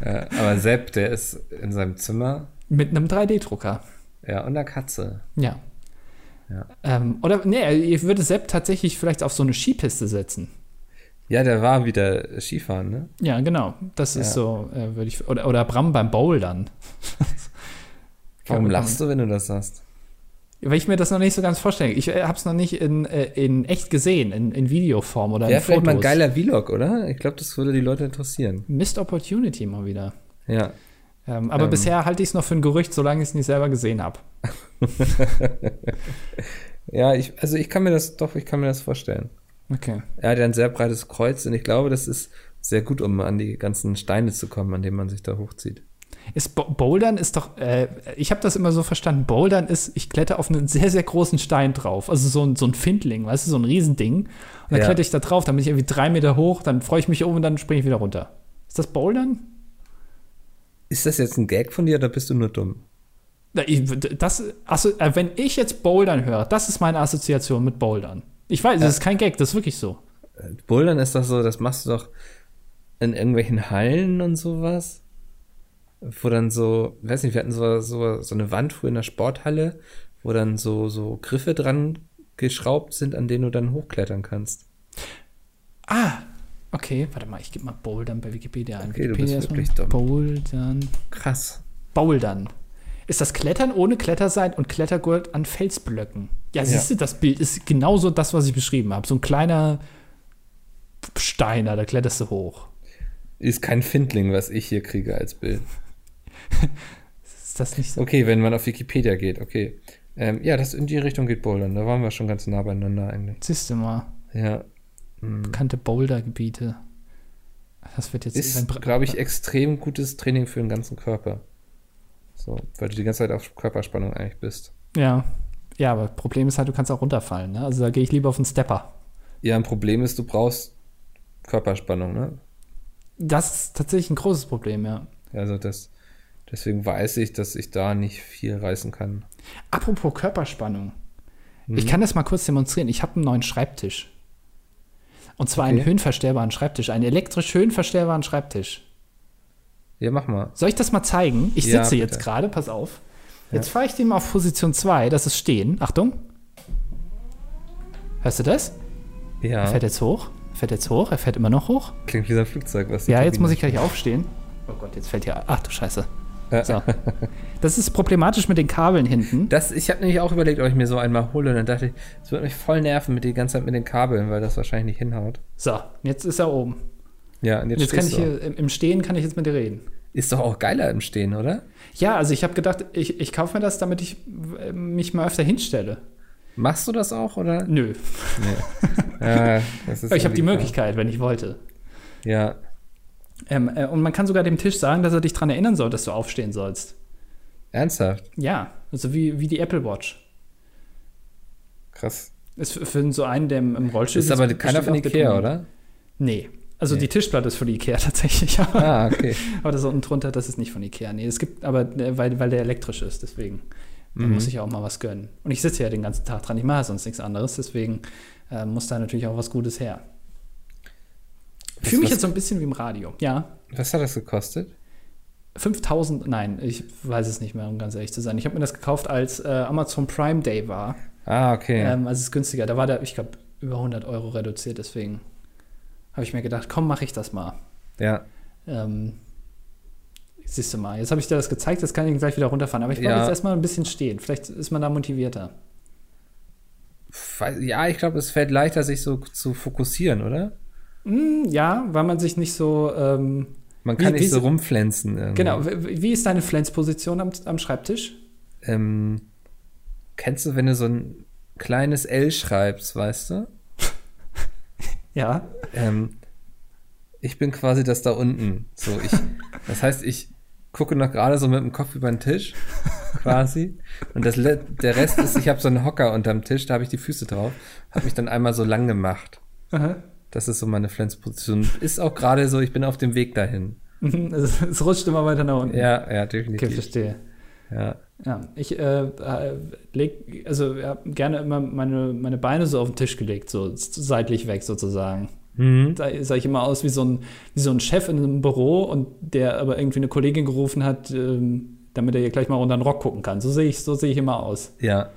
Äh, aber Sepp, der ist in seinem Zimmer. Mit einem 3D-Drucker. Ja, und der Katze. Ja. Ja. Ähm, oder, nee, ich würde Sepp tatsächlich vielleicht auf so eine Skipiste setzen. Ja, der war wieder Skifahren, ne? Ja, genau. Das ist Ja. so, äh, würde ich. Oder, oder Bram beim Bouldern. Warum man- lachst du, wenn du das sagst? Weil ich mir das noch nicht so ganz vorstelle. Ich äh, habe es noch nicht in, äh, in echt gesehen, in, in Videoform oder Ja, in vielleicht Fotos. mal ein geiler Vlog, oder? Ich glaube, das würde die Leute interessieren. Missed Opportunity mal wieder. Ja. Ähm, aber Ähm. bisher halte ich es noch für ein Gerücht, solange ich es nicht selber gesehen habe. Ja, ich, also ich kann mir das doch, ich kann mir das vorstellen. Okay. Er hat ja ein sehr breites Kreuz und ich glaube, das ist sehr gut, um an die ganzen Steine zu kommen, an denen man sich da hochzieht. Ist Bo Bouldern ist doch, äh, ich habe das immer so verstanden, Bouldern ist, ich kletter auf einen sehr, sehr großen Stein drauf. Also so ein, so ein Findling, weißt du, so ein Riesending. Und dann Ja. kletter ich da drauf, dann bin ich irgendwie drei Meter hoch, dann freue ich mich um und dann springe ich wieder runter. Ist das Bouldern? Ist das jetzt ein Gag von dir oder bist du nur dumm? Na, ich- Das, also, äh, wenn ich jetzt Bouldern höre, das ist meine Assoziation mit Bouldern. Ich weiß, das ist kein Gag, das ist wirklich so. Bouldern ist doch so, das machst du doch in irgendwelchen Hallen und sowas. Wo dann so, weiß nicht, wir hatten so, so, so eine Wand früher in der Sporthalle, wo dann so, so Griffe dran geschraubt sind, an denen du dann hochklettern kannst. Ah, okay, warte mal, ich gebe mal Bouldern bei Wikipedia ein. Okay, du Wikipedia bist erstmal. wirklich dumm. Bouldern. Krass. Bouldern. Ist das Klettern ohne Kletterseil und Klettergurt an Felsblöcken? Ja, siehst du, das Bild ist genauso das, was ich beschrieben habe. So ein kleiner Steiner, da kletterst du hoch. Ist kein Findling, was ich hier kriege als Bild. Ist das nicht so? Okay, wenn man auf Wikipedia geht, okay. Ähm, ja, das in die Richtung geht Bouldern. Da waren wir schon ganz nah beieinander eigentlich. Siehst du mal, Ja. Hm. bekannte Bouldergebiete. Das wird jetzt Ist, ein Bra- glaube ich, extrem gutes Training für den ganzen Körper. So, weil du die ganze Zeit auf Körperspannung eigentlich bist. Ja. Ja, aber Problem ist halt, du kannst auch runterfallen. Ne? Also da gehe ich lieber auf einen Stepper. Ja, ein Problem ist, du brauchst Körperspannung, ne? Das ist tatsächlich ein großes Problem, ja. Also das, deswegen weiß ich, dass ich da nicht viel reißen kann. Apropos Körperspannung. Mhm. Ich kann das mal kurz demonstrieren. Ich habe einen neuen Schreibtisch. Und zwar einen Okay. höhenverstellbaren Schreibtisch, einen elektrisch höhenverstellbaren Schreibtisch. Ja, mach mal. Soll ich das mal zeigen? Ich Ja, sitze bitte. jetzt gerade, pass auf. Jetzt fahre ich den mal auf Position 2, das ist stehen. Achtung. Hörst du das? Er Ja, fährt jetzt hoch, fährt jetzt hoch, er fährt immer noch hoch. klingt wie so ein Flugzeug, was die Ja, jetzt Kabine- muss ich gleich aufstehen. Oh Gott, jetzt fällt hier. Ach du Scheiße. Ja. So. Das ist problematisch mit den Kabeln hinten. Das, ich habe nämlich auch überlegt, ob ich mir so einmal hole. Und dann dachte ich, es wird mich voll nerven mit die ganze Zeit mit den Kabeln, weil das wahrscheinlich nicht hinhaut. So, jetzt ist er oben. Ja, und jetzt, Jetzt kann ich stehst du. hier im im Stehen kann ich jetzt mit dir reden. Ist doch auch geiler im Stehen, oder? Ja, also ich habe gedacht, ich, ich kaufe mir das, damit ich äh, mich mal öfter hinstelle. Machst du das auch, oder? Nö, Ja, das ist ich habe die irgendwie- Möglichkeit, wenn ich wollte. Ja, Ähm, äh, und man kann sogar dem Tisch sagen, dass er dich daran erinnern soll, dass du aufstehen sollst. ernsthaft. Ja, also wie, wie die Apple Watch. Krass. Ist für, für so einen, der im im Rollstuhl ist aber bestimmt keiner von auch der Ikea, Punkt. oder? Nee. Also Nee. die Tischplatte ist von Ikea tatsächlich, ja. Ah, okay. Aber das unten drunter, das ist nicht von Ikea. Nee, es gibt, aber äh, weil, weil der elektrisch ist, deswegen. Da muss ich ja auch mal was gönnen. Und ich sitze ja den ganzen Tag dran, ich mache sonst nichts anderes, deswegen äh, muss da natürlich auch was Gutes her. Ich fühle mich jetzt so ein bisschen wie im Radio. Ja. Was hat das gekostet? 5000, nein, ich weiß es nicht mehr, um ganz ehrlich zu sein. Ich habe mir das gekauft, als äh, Amazon Prime Day war. Ah, okay. Ähm, also es ist günstiger. Da war der, ich glaube, über 100 Euro reduziert. Deswegen habe ich mir gedacht, komm, mache ich das mal. ja. Ähm, siehst du mal, jetzt habe ich dir das gezeigt, jetzt kann ich ihn gleich wieder runterfahren. Aber ich bleibe Ja. jetzt erstmal ein bisschen stehen. Vielleicht ist man da motivierter. Weiß- Ja, ich glaube, es fällt leichter, sich so zu fokussieren, oder? Hm, ja, weil man sich nicht so. Ähm, Man kann Wie- wie nicht so so- rumflänzen. irgendwie. genau, w- wie ist deine Flensposition am, am Schreibtisch? Ähm, kennst du, wenn du so ein kleines L schreibst, weißt du? Ja. Ähm, ich bin quasi das da unten. So, ich, das heißt, ich gucke noch gerade so mit dem Kopf über den Tisch, quasi. Und das, le- der Rest ist, ich habe so einen Hocker unterm Tisch, da habe ich die Füße drauf, habe mich dann einmal so lang gemacht. Aha. Das ist so meine Flensposition. Ist auch gerade so, ich bin auf dem Weg dahin. Mhm, Es, es rutscht immer weiter nach unten. Ja, ja, okay, definitiv. verstehe. Ja. Ja, ich äh, äh, leg, also ja, gerne immer meine, meine Beine so auf den Tisch gelegt, so s- seitlich weg sozusagen. Mhm. Da sah ich immer aus wie so ein, wie so ein Chef in einem Büro und der aber irgendwie eine Kollegin gerufen hat, ähm, damit er hier gleich mal unter den Rock gucken kann. So sehe ich, so sehe ich immer aus. Ja.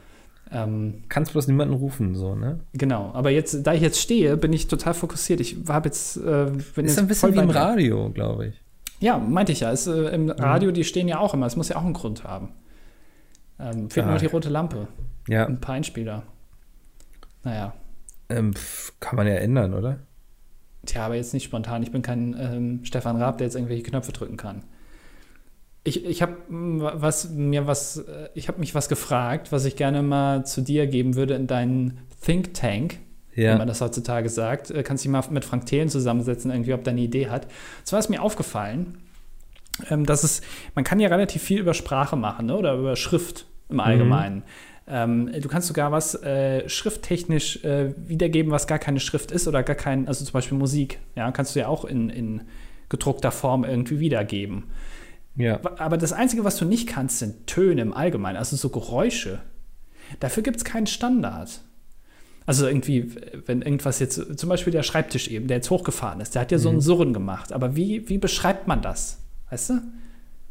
Ähm, Kannst bloß niemanden rufen, so, ne? genau. Aber jetzt, da ich jetzt stehe, bin ich total fokussiert. Ich habe jetzt, äh, bin Ist jetzt so ein bisschen voll wie im Mhm. bei dir. Radio, glaube ich. Ja, meinte ich ja. Es, äh, Im Radio, die stehen ja auch immer. Es muss ja auch einen Grund haben. Ähm, fehlt nur Ah. noch die rote Lampe. Ja. Ein paar Einspieler. Naja. Ähm, pf, kann man ja ändern, oder? Tja, aber jetzt nicht spontan. Ich bin kein ähm, Stefan Raab, der jetzt irgendwelche Knöpfe drücken kann. Ich, ich habe was mir was äh, ich habe mich was gefragt, was ich gerne mal zu dir geben würde in deinen Think Tank, wie Ja. man das heutzutage sagt. Äh, Kannst dich mal mit Frank Thelen zusammensetzen, irgendwie, ob der eine Idee hat. Und zwar ist mir aufgefallen, ähm, dass es, man kann ja relativ viel über Sprache machen ne? oder über Schrift im Allgemeinen. Ähm, du kannst sogar was äh, schrifttechnisch äh, wiedergeben, was gar keine Schrift ist oder gar kein, also zum Beispiel Musik, ja, kannst du ja auch in, in gedruckter Form irgendwie wiedergeben. Ja. Wa- Aber das Einzige, was du nicht kannst, sind Töne im Allgemeinen, also so Geräusche. Dafür gibt es keinen Standard. Also irgendwie, wenn irgendwas jetzt, zum Beispiel der Schreibtisch eben, der jetzt hochgefahren ist, der hat ja so einen Surren gemacht. Aber wie, wie beschreibt man das? Weißt du?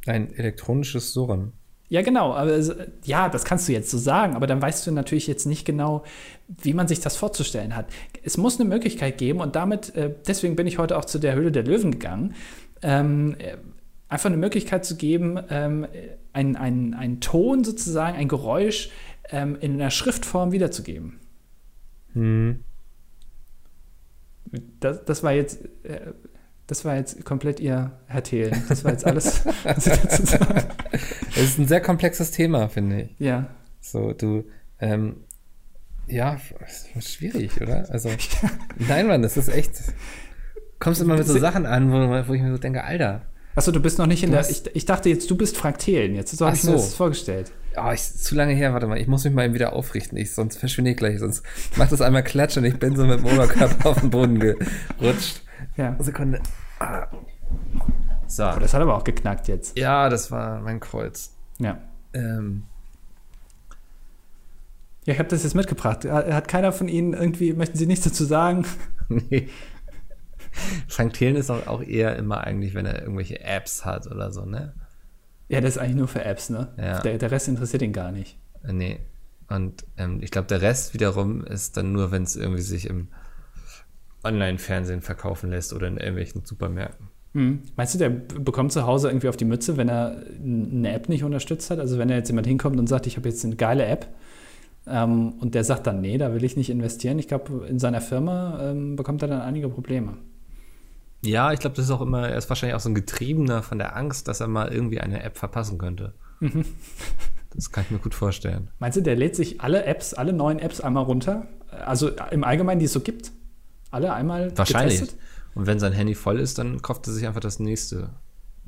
Ein elektronisches Surren. Ja, genau. Aber es- ja, das kannst du jetzt so sagen, aber dann weißt du natürlich jetzt nicht genau, wie man sich das vorzustellen hat. Es muss eine Möglichkeit geben und damit, äh, deswegen bin ich heute auch zu der Höhle der Löwen gegangen, ähm, äh, einfach eine Möglichkeit zu geben, ähm, einen ein, ein Ton sozusagen, ein Geräusch ähm, in einer Schriftform wiederzugeben. Hm. Das, das war jetzt. Äh, das war jetzt komplett ihr Herr Thelen. Das war jetzt alles, was ich dazu sagen. Es ist ein sehr komplexes Thema, finde ich. Ja. So, du, ähm, ja, es ist schwierig, oder? Also, nein, Mann, das ist echt. Kommst immer mit so Sachen an, wo, wo ich mir so denke, Alter, Achso, du bist noch nicht in Du der. hast- Ich, ich dachte jetzt, du bist Frank Thelen. Jetzt so habe Ach ich mir so. das vorgestellt. oh, ich, zu lange her, warte mal, ich muss mich mal eben wieder aufrichten, ich, sonst verschwinde ich gleich, sonst macht das einmal Klatsch und ich bin so mit dem Oberkörper auf den Boden gerutscht. Ja. Sekunde. Ah. So. Oh, das hat aber auch geknackt jetzt. Ja, das war mein Kreuz. Ja. Ähm, Ja, ich habe das jetzt mitgebracht. Hat hat keiner von Ihnen irgendwie, möchten Sie nichts dazu sagen? nee. St. Thelen ist auch, auch eher immer eigentlich, wenn er irgendwelche Apps hat oder so, ne? Ja, das ist eigentlich nur für Apps, ne? Ja. Der, der Rest interessiert ihn gar nicht. Äh, Nee. Und ähm, ich glaube, der Rest wiederum ist dann nur, wenn es irgendwie sich im Online-Fernsehen verkaufen lässt oder in irgendwelchen Supermärkten. Mhm. Meinst du, der b- bekommt zu Hause irgendwie auf die Mütze, wenn er n- eine App nicht unterstützt hat? Also wenn da jetzt jemand hinkommt und sagt, ich habe jetzt eine geile App ähm, und der sagt dann, nee, da will ich nicht investieren. Ich glaube, in seiner Firma ähm, bekommt er dann einige Probleme. Ja, ich glaube, das ist auch immer, er ist wahrscheinlich auch so ein Getriebener von der Angst, dass er mal irgendwie eine App verpassen könnte. Das kann ich mir gut vorstellen. Meinst du, der lädt sich alle Apps, alle neuen Apps einmal runter? Also im Allgemeinen, die es so gibt? Alle einmal Wahrscheinlich. getestet? Und wenn sein Handy voll ist, dann kauft er sich einfach das nächste.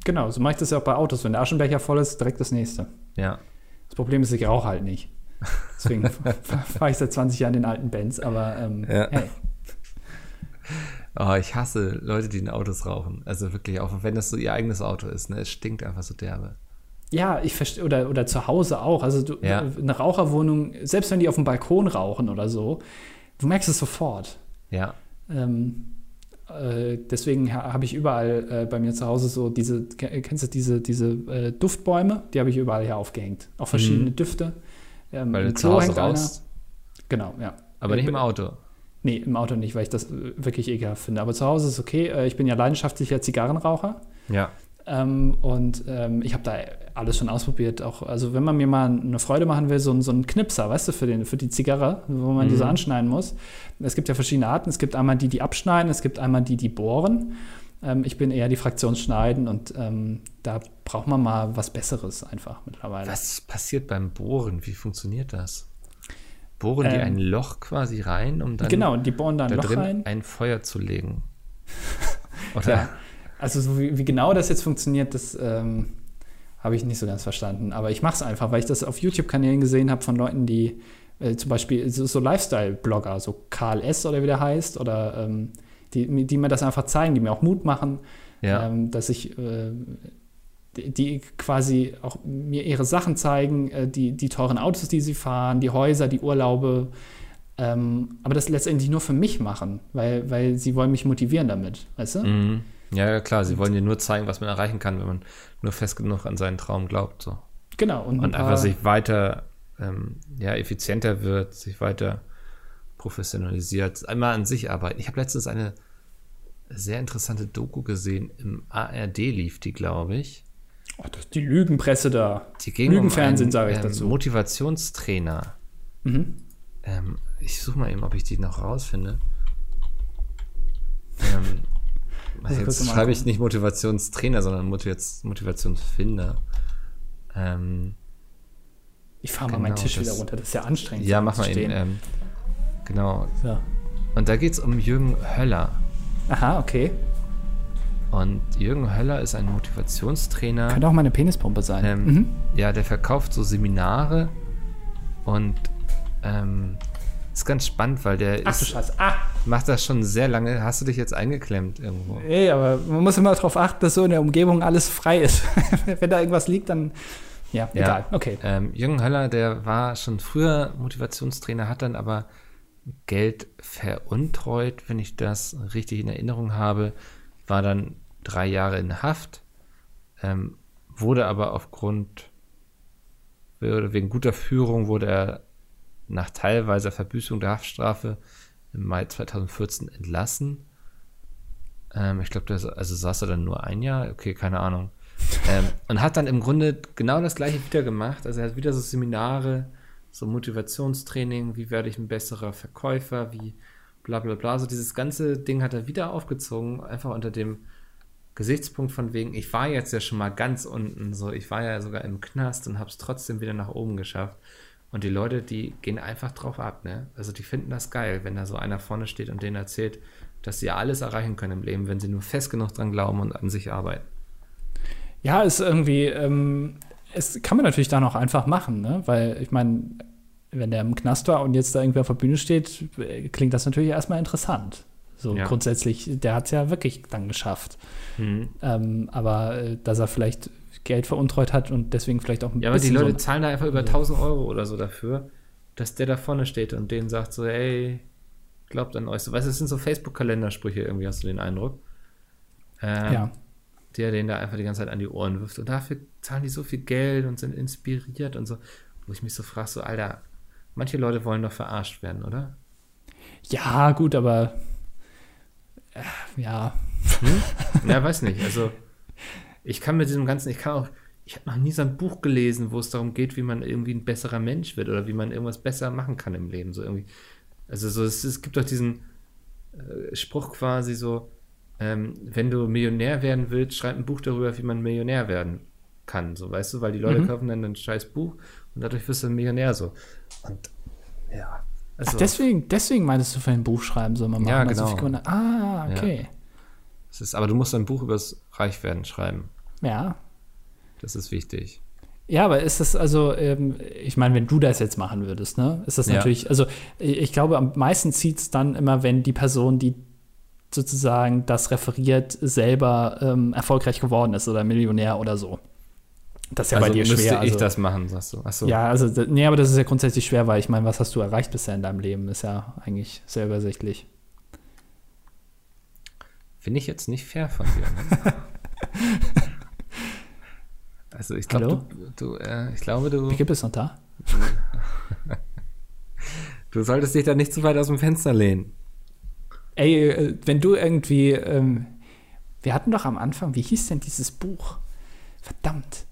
Genau, so mache ich das ja auch bei Autos. Wenn der Aschenbecher voll ist, direkt das nächste. Ja. Das Problem ist, ich rauche halt nicht. Deswegen fahre ich seit 20 Jahren den alten Benz, aber ähm, Ja. hey. Oh, ich hasse Leute, die in Autos rauchen. Also wirklich, auch wenn das so ihr eigenes Auto ist, ne? Es stinkt einfach so derbe. Ja, ich verstehe, oder, oder zu Hause auch. Also du, Ja. eine Raucherwohnung, selbst wenn die auf dem Balkon rauchen oder so, du merkst es sofort. Ja. Ähm, äh, deswegen ha habe ich überall äh, bei mir zu Hause so diese, ke- kennst du diese, diese äh, Duftbäume? Die habe ich überall hier aufgehängt. Auch verschiedene Düfte. Ähm, Mhm. Weil im du zu Klo Hause hängt einer. raus. Genau, ja. Aber ich nicht im bin- Auto. Nee, im Auto nicht, weil ich das äh, wirklich ekelhaft finde. Aber zu Hause ist okay. Äh, Ich bin ja leidenschaftlicher Zigarrenraucher. Ja. Ähm, und ähm, ich habe da alles schon ausprobiert. Auch, also wenn man mir mal eine Freude machen will, so, ein- so einen Knipser, weißt du, für, den, für die Zigarre, wo man die Mhm. so anschneiden muss. Es gibt ja verschiedene Arten. Es gibt einmal die, die abschneiden, es gibt einmal die, die bohren. Ähm, ich bin eher die Fraktion schneiden und ähm, da braucht man mal was Besseres einfach mittlerweile. Was passiert beim Bohren? Wie funktioniert das? Bohren die Ähm, ein Loch quasi rein, um dann Genau, die bohren da ein da Loch drin rein. ein Feuer zu legen? Oder? Ja. Also so wie, wie genau das jetzt funktioniert, das ähm, habe ich nicht so ganz verstanden. Aber ich mache es einfach, weil ich das auf YouTube-Kanälen gesehen habe von Leuten, die äh, zum Beispiel so, so Lifestyle-Blogger, so Karl S. oder wie der heißt, oder ähm, die, die mir das einfach zeigen, die mir auch Mut machen, Ja. ähm, dass ich äh, die, die quasi auch mir ihre Sachen zeigen, äh, die, die teuren Autos, die sie fahren, die Häuser, die Urlaube. Ähm, aber das letztendlich nur für mich machen, weil, weil sie wollen mich motivieren damit, weißt du? Mhm. ja, ja, klar. Sie wollen dir nur zeigen, was man erreichen kann, wenn man nur fest genug an seinen Traum glaubt. So. Genau. Und, ein Und paar- einfach sich weiter ähm, ja, effizienter wird, sich weiter professionalisiert, einmal an sich arbeiten. Ich habe letztens eine sehr interessante Doku gesehen, im ARD lief die, glaube ich. Oh, das ist die Lügenpresse da. Die ging Lügenfernsehen, einen, sage ich ähm, dazu. Motivationstrainer. Mhm. Ähm, ich suche mal eben, ob ich die noch rausfinde. Ähm, ich kurz jetzt mal schreibe ich angucken. nicht Motivationstrainer, sondern Motivaz- Motivationsfinder. Ähm, Ich fahre mal Genau, meinen Tisch das- wieder runter, das ist ja anstrengend. ja, so mach mal zu eben. stehen. Ähm, genau. Ja. Und da geht es um Jürgen Höller. Aha, okay. Und Jürgen Höller ist ein Motivationstrainer. Könnte auch meine Penispumpe sein. Mhm. Ähm, Ja, der verkauft so Seminare und ähm, ist ganz spannend, weil der Ach du ist, Scheiße. Ah! macht das schon sehr lange. Hast du dich jetzt eingeklemmt irgendwo? Ey, aber man muss immer darauf achten, dass so in der Umgebung alles frei ist. Wenn da irgendwas liegt, dann. Ja, egal. Okay. Ähm, Jürgen Höller, der war schon früher Motivationstrainer, hat dann aber Geld veruntreut, wenn ich das richtig in Erinnerung habe, war dann drei Jahre in Haft, ähm, wurde aber aufgrund oder wegen guter Führung wurde er nach teilweiser Verbüßung der Haftstrafe im Mai 2014 entlassen. Ähm, ich glaube, der sa- also saß er dann nur ein Jahr, okay, keine Ahnung. Ähm, und hat dann im Grunde genau das gleiche wieder gemacht. Also er hat wieder so Seminare, so Motivationstraining, wie werde ich ein besserer Verkäufer, wie bla bla bla. So dieses ganze Ding hat er wieder aufgezogen, einfach unter dem Gesichtspunkt von wegen, ich war jetzt ja schon mal ganz unten, so ich war ja sogar im Knast und habe es trotzdem wieder nach oben geschafft. Und die Leute, die gehen einfach drauf ab, ne? Also die finden das geil, wenn da so einer vorne steht und denen erzählt, dass sie ja alles erreichen können im Leben, wenn sie nur fest genug dran glauben und an sich arbeiten. Ja, ist irgendwie, ähm, es kann man natürlich dann auch einfach machen, ne? Weil ich meine, wenn der im Knast war und jetzt da irgendwer auf der Bühne steht, äh, klingt das natürlich erstmal interessant. So Ja. grundsätzlich, der hat es ja wirklich dann geschafft. Mhm. Ähm, aber äh, dass er vielleicht Geld veruntreut hat und deswegen vielleicht auch ein Ja, aber die bisschen Leute so zahlen da einfach über 1000 Euro oder so dafür, dass der da vorne steht und denen sagt so, ey, glaubt an euch. So, weißt du, das sind so Facebook-Kalendersprüche irgendwie, hast du den Eindruck. ein, Ähm, ja. Der den da einfach die ganze Zeit an die Ohren wirft. Und dafür zahlen die so viel Geld und sind inspiriert und so. Wo ich mich so frage, so, Alter, manche Leute wollen doch verarscht werden, oder? ja, gut, aber äh, ja, Ja, weiß nicht. Also, ich kann mit diesem ganzen, ich kann auch, ich habe noch nie so ein Buch gelesen, wo es darum geht, wie man irgendwie ein besserer Mensch wird oder wie man irgendwas besser machen kann im Leben. So irgendwie. Also, so, es, es gibt doch diesen äh, Spruch quasi so: ähm, Wenn du Millionär werden willst, schreib ein Buch darüber, wie man Millionär werden kann. So, weißt du, weil die Leute kaufen dann ein scheiß Buch und dadurch wirst du ein Millionär so. Und ja. Also, deswegen, deswegen meintest du für ein Buch schreiben soll man machen. Ja, Also genau. Figuren, ah, okay. es ist, aber du musst ein Buch übers Reichwerden schreiben. ja. Das ist wichtig. Ja, aber ist das also, ähm, ich meine, wenn du das jetzt machen würdest, ne, ist das Ja. natürlich, also ich ich glaube, am meisten zieht es dann immer, wenn die Person, die sozusagen das referiert, selber ähm, erfolgreich geworden ist oder Millionär oder so. Das ist ja bei dir müsste schwer. ich also, das machen, sagst du. Achso. ja, also, d- nee, aber das ist ja grundsätzlich schwer, weil ich meine, was hast du erreicht bisher in deinem Leben? Ist ja eigentlich sehr übersichtlich. Finde ich jetzt nicht fair von dir. Ne? also ich glaube, Hallo? du, du, äh, ich glaube, du, Gibt es noch da? du solltest dich da nicht zu weit aus dem Fenster lehnen. Ey, äh, wenn du irgendwie. Ähm, wir hatten doch am Anfang, wie hieß denn dieses Buch? Verdammt.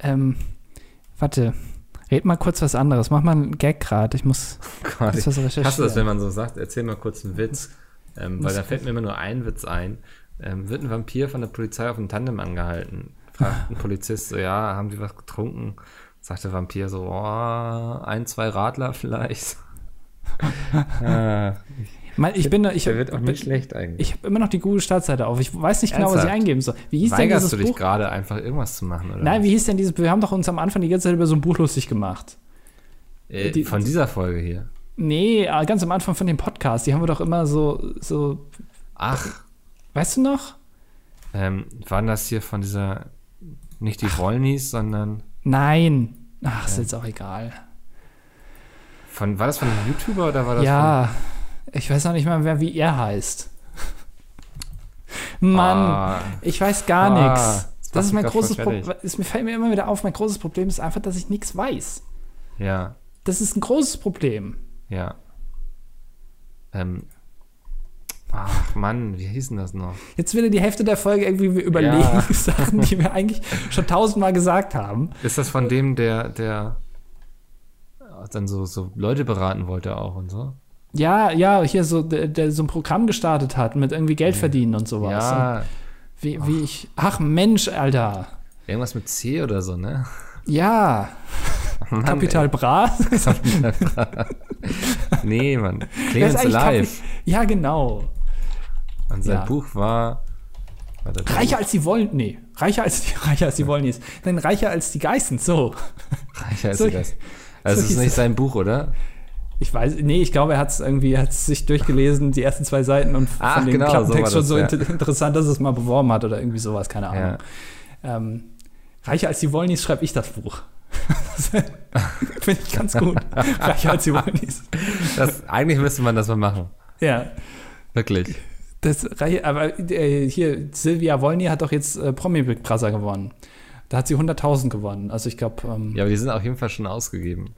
Ähm, warte, red mal kurz was anderes. Mach mal einen Gag gerade. Ich muss. Oh Gott, Das ich war so hasse das, recherchiert. wenn man so sagt, erzähl mal kurz einen Witz, ähm, weil muss- da fällt mir immer nur ein Witz ein. Ähm, wird ein Vampir von der Polizei auf dem Tandem angehalten? Fragt ein Polizist so, ja, haben Sie was getrunken? Sagt der Vampir so, oh, ein, zwei Radler vielleicht. ah, Mal, ich bin, da- ich, der wird auch bin, nicht schlecht eigentlich. Ich habe immer noch die gute Startseite auf. Ich weiß nicht genau, was ich Ernsthaft? eingeben soll. Wie hieß Weigerst du denn dich dieses Buch? gerade einfach irgendwas zu machen, oder? Nein, wie hieß denn dieses Wir haben doch uns am Anfang die ganze Zeit über so ein Buch lustig gemacht. äh, die- von dieser Folge hier. Nee, ah, ganz am Anfang von dem Podcast. Die haben wir doch immer so, so Ach, weißt du noch? ähm, waren das hier von dieser, nicht die Wollnies, sondern Nein. Ach, ist jetzt auch egal. von, war das von einem YouTuber oder war das von Ja, ich weiß noch nicht mal, wer wie er heißt. Mann, Ah, ich weiß gar Ah, nichts. das macht Das ist mich mein grad voll großes fertig. Problem. Es mir fällt mir immer wieder auf, mein großes Problem ist einfach, dass ich nichts weiß. ja, Das ist ein großes Problem. ja. Ähm, ach Mann, wie hieß denn das noch? Jetzt will er die Hälfte der Folge irgendwie wir überlegen, Ja. Sachen, die wir eigentlich schon tausendmal gesagt haben. Ist das von dem, der, der dann so, so Leute beraten wollte auch und so? Ja, ja, hier so, der, der so ein Programm gestartet hat mit irgendwie Geld verdienen und sowas. Und Mhm. Ja, wie, wie ich, ach Mensch, Alter. irgendwas mit C oder so, ne? Ja, Mann, Kapital Bra. ey. Nee, Mann. Wer ist Clemens eigentlich Live. Kapi- Ja, genau. Und sein Ja. Buch war. war das Reicher als die wollen, nee, reicher als die, reicher als die wollen ist. Nein, reicher als die Geißen, so. Reicher als So- die Geist. so Also, es ist hieß nicht es. sein Buch, oder? Ich weiß, nee, ich glaube, er hat es irgendwie, hat sich durchgelesen, die ersten zwei Seiten und Ach, von dem genau, so war Klappentext schon das, so ja. inter- interessant, dass er es mal beworben hat oder irgendwie sowas, keine Ahnung. Ja. Ähm, reicher als die Wollnis schreibe ich das Buch. Finde ich ganz gut. reicher als die Wollnis. Das, eigentlich müsste man das mal machen. Ja. Wirklich. Das, reiche- aber äh, hier, Silvia Wollny hat doch jetzt äh, Promi Big Brother gewonnen. Da hat sie 100.000 gewonnen. Also ich glaube, ähm, Ja, aber die sind auf jeden Fall schon ausgegeben.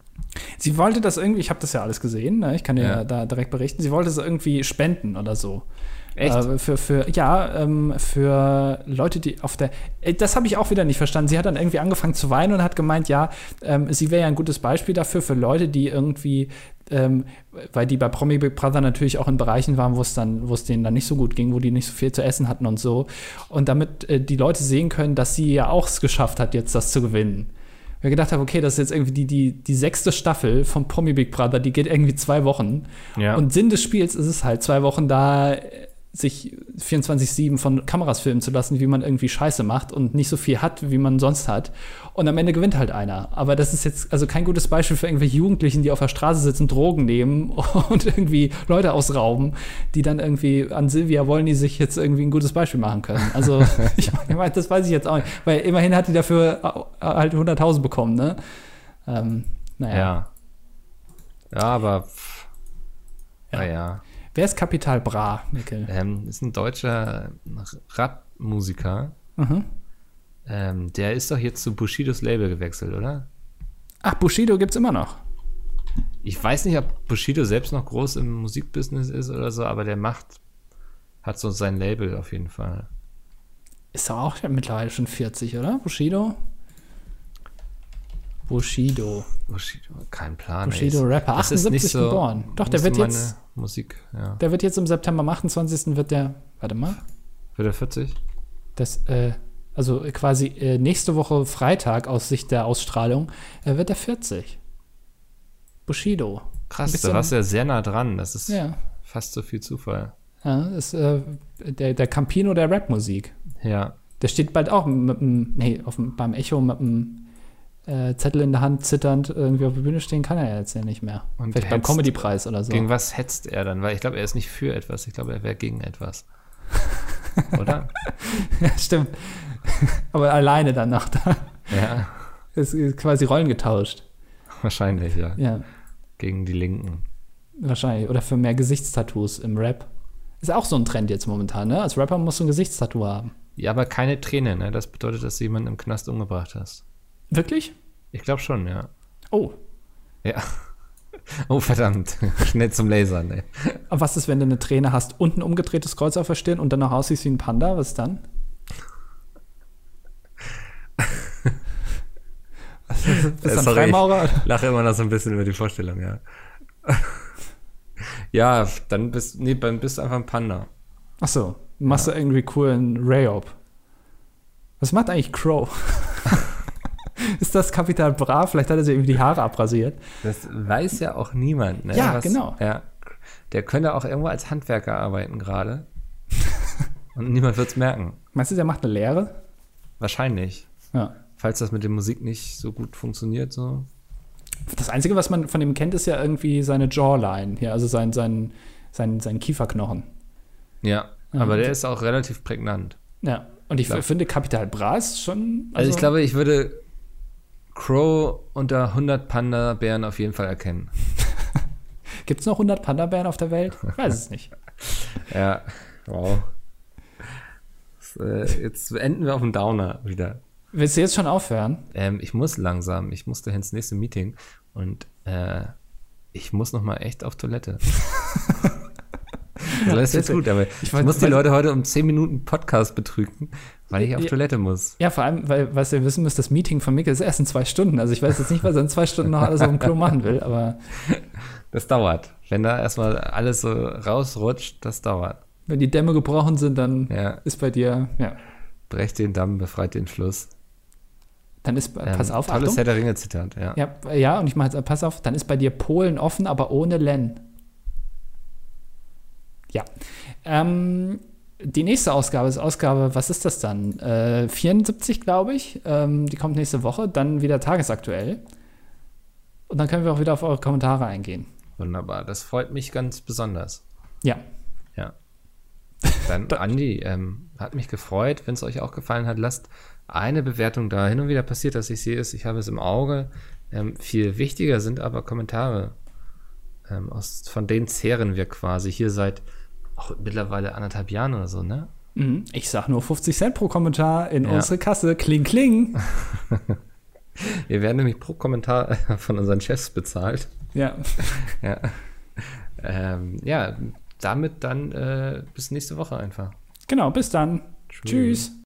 sie wollte das irgendwie, ich habe das ja alles gesehen, ne? ich kann dir Ja. ja. da direkt berichten, sie wollte es irgendwie spenden oder so. Echt? Äh, für, für, ja, ähm, für Leute, die auf der. Äh, Das habe ich auch wieder nicht verstanden. Sie hat dann irgendwie angefangen zu weinen und hat gemeint, ja, ähm, sie wäre ja ein gutes Beispiel dafür, für Leute, die irgendwie. Ähm, weil die bei Promi Big Brother natürlich auch in Bereichen waren, wo es dann, wo es denen dann nicht so gut ging, wo die nicht so viel zu essen hatten und so. Und damit äh, die Leute sehen können, dass sie ja auch es geschafft hat, jetzt das zu gewinnen. Weil Ich gedacht habe, okay, das ist jetzt irgendwie die, die, die sechste Staffel vom Promi Big Brother, die geht irgendwie zwei Wochen. Ja. Und Sinn des Spiels ist es halt, zwei Wochen da äh, sich 24-7 von Kameras filmen zu lassen, wie man irgendwie Scheiße macht und nicht so viel hat, wie man sonst hat. Und am Ende gewinnt halt einer. Aber das ist jetzt also kein gutes Beispiel für irgendwelche Jugendlichen, die auf der Straße sitzen, Drogen nehmen und irgendwie Leute ausrauben, die dann irgendwie an Silvia wollen, die sich jetzt irgendwie ein gutes Beispiel machen können. Also, ich meine, das weiß ich jetzt auch nicht. Weil immerhin hat die dafür äh, halt 100.000 bekommen, ne? Ähm, naja. Ja. Ja, aber. Pff, Ja. Naja. Wer ist Kapital Bra, Mikkel? Ähm, ist ein deutscher Rapmusiker. Mhm. Ähm, der ist doch jetzt zu Bushidos Label gewechselt, oder? Ach, Bushido gibt's immer noch. Ich weiß nicht, ob Bushido selbst noch groß im Musikbusiness ist oder so, aber der macht. Hat so sein Label auf jeden Fall. Ist doch auch mittlerweile schon 40, oder? Bushido? Bushido. Bushido, kein Plan. ey. Bushido Rapper, Das ist nicht 78 geboren. Doch, der müsste wird meine jetzt- Musik, ja. Der wird jetzt im September, am 28. wird der, warte mal, Wird er 40? das, äh, also quasi äh, nächste Woche Freitag aus Sicht der Ausstrahlung, äh, wird er 40. Bushido. Krass, Bist da du- warst du ja sehr nah dran. Das ist Ja. fast so viel Zufall. ja ist äh, der, der Campino der Rapmusik. Ja. Der steht bald auch mit dem, nee, auf dem, beim Echo mit dem äh, Zettel in der Hand zitternd irgendwie auf der Bühne stehen kann er ja jetzt ja nicht mehr. Und Vielleicht beim hetzt- Comedy-Preis oder so. Gegen was hetzt er dann? Weil ich glaube, er ist nicht für etwas. Ich glaube, er wäre gegen etwas. Oder? Stimmt. Aber alleine danach. Da ja, ist ist quasi Rollen getauscht. wahrscheinlich, ja. Ja, Gegen die Linken. wahrscheinlich. Oder für mehr Gesichtstattoos im Rap. Ist auch so ein Trend jetzt momentan, ne? Als Rapper musst du ein Gesichtstattoo haben. Ja, aber keine Träne, ne? Das bedeutet, dass du jemanden im Knast umgebracht hast. Wirklich? Ich glaube schon, ja. Oh. Ja. Oh, verdammt. Schnell zum Lasern, ey. Aber was ist, wenn du eine Träne hast und ein umgedrehtes Kreuz auf der Stirn und dann noch aussiehst wie ein Panda? Was dann? Was ist- Bist du ein Sorry, Freimaurer? Ich lache immer noch so ein bisschen über die Vorstellung, ja. ja, dann bist, nee, dann bist du einfach ein Panda. Ach so, machst du irgendwie coolen Rayop. Was macht eigentlich Crow? ist das Kapital Bra? Vielleicht hat er sich irgendwie die Haare abrasiert. Das weiß ja auch niemand. Ne? Ja, genau. Ja, der könnte auch irgendwo als Handwerker arbeiten gerade. Und niemand wird es merken. Meinst du, der macht eine Lehre? Wahrscheinlich. Ja. Falls das mit der Musik nicht so gut funktioniert, so. Das Einzige, was man von ihm kennt, ist ja irgendwie seine Jawline, ja, also sein, sein, sein, sein Kieferknochen. Ja, Ja, aber der und- ist auch relativ prägnant. Ja. Und ich Ja. finde, Kapital Bra ist schon. Also, ich glaube, ich würde Crow unter 100 Panda-Bären auf jeden Fall erkennen. Gibt es noch 100 Panda-Bären auf der Welt? Ich weiß es nicht. Ja, wow. Das, äh, jetzt enden wir auf dem Downer wieder. Willst du jetzt schon aufhören? Ähm, ich muss langsam, ich muss dahin ins nächste Meeting und äh, ich muss noch mal echt auf Toilette. also das ist jetzt gut, aber ich, wollte- muss die weil- Leute heute um 10 Minuten Podcast betrügen, weil ich auf Ja. Toilette muss. Ja, vor allem, weil, was ihr wissen müsst, das Meeting von Mick ist erst in zwei Stunden. Also ich weiß jetzt nicht, was er in zwei Stunden noch alles auf dem Klo machen will, aber Das dauert. Wenn da erstmal alles so rausrutscht, das dauert. wenn die Dämme gebrochen sind, dann Ja, ist bei dir, ja, brecht den Damm, befreit den Fluss. dann ist, Ähm, pass auf, tolles Achtung. Herr der Ringe-Zitat, ja. Ja, ja, und ich mache jetzt, äh, pass auf, dann ist bei dir Polen offen, aber ohne Len. Ja. Ähm, die nächste Ausgabe ist Ausgabe, was ist das dann? Äh, 74, glaube ich. Ähm, die kommt nächste Woche, dann wieder tagesaktuell. Und dann können wir auch wieder auf eure Kommentare eingehen. Wunderbar, das freut mich ganz besonders. Ja. Ja. Dann, Andi, ähm, hat mich gefreut. Wenn es euch auch gefallen hat, lasst eine Bewertung da. Hin und wieder passiert, dass ich sehe es, ich habe es im Auge. Ähm, viel wichtiger sind aber Kommentare. Ähm, aus, von denen zehren wir quasi. Hier seit auch mittlerweile anderthalb Jahren oder so, ne? Mhm. Ich sag nur 50 Cent pro Kommentar in Ja. unsere Kasse. Kling, kling. Wir werden nämlich pro Kommentar von unseren Chefs bezahlt. Ja. Ja, ähm, ja damit dann äh, bis nächste Woche einfach. Genau, bis dann. Tschüss.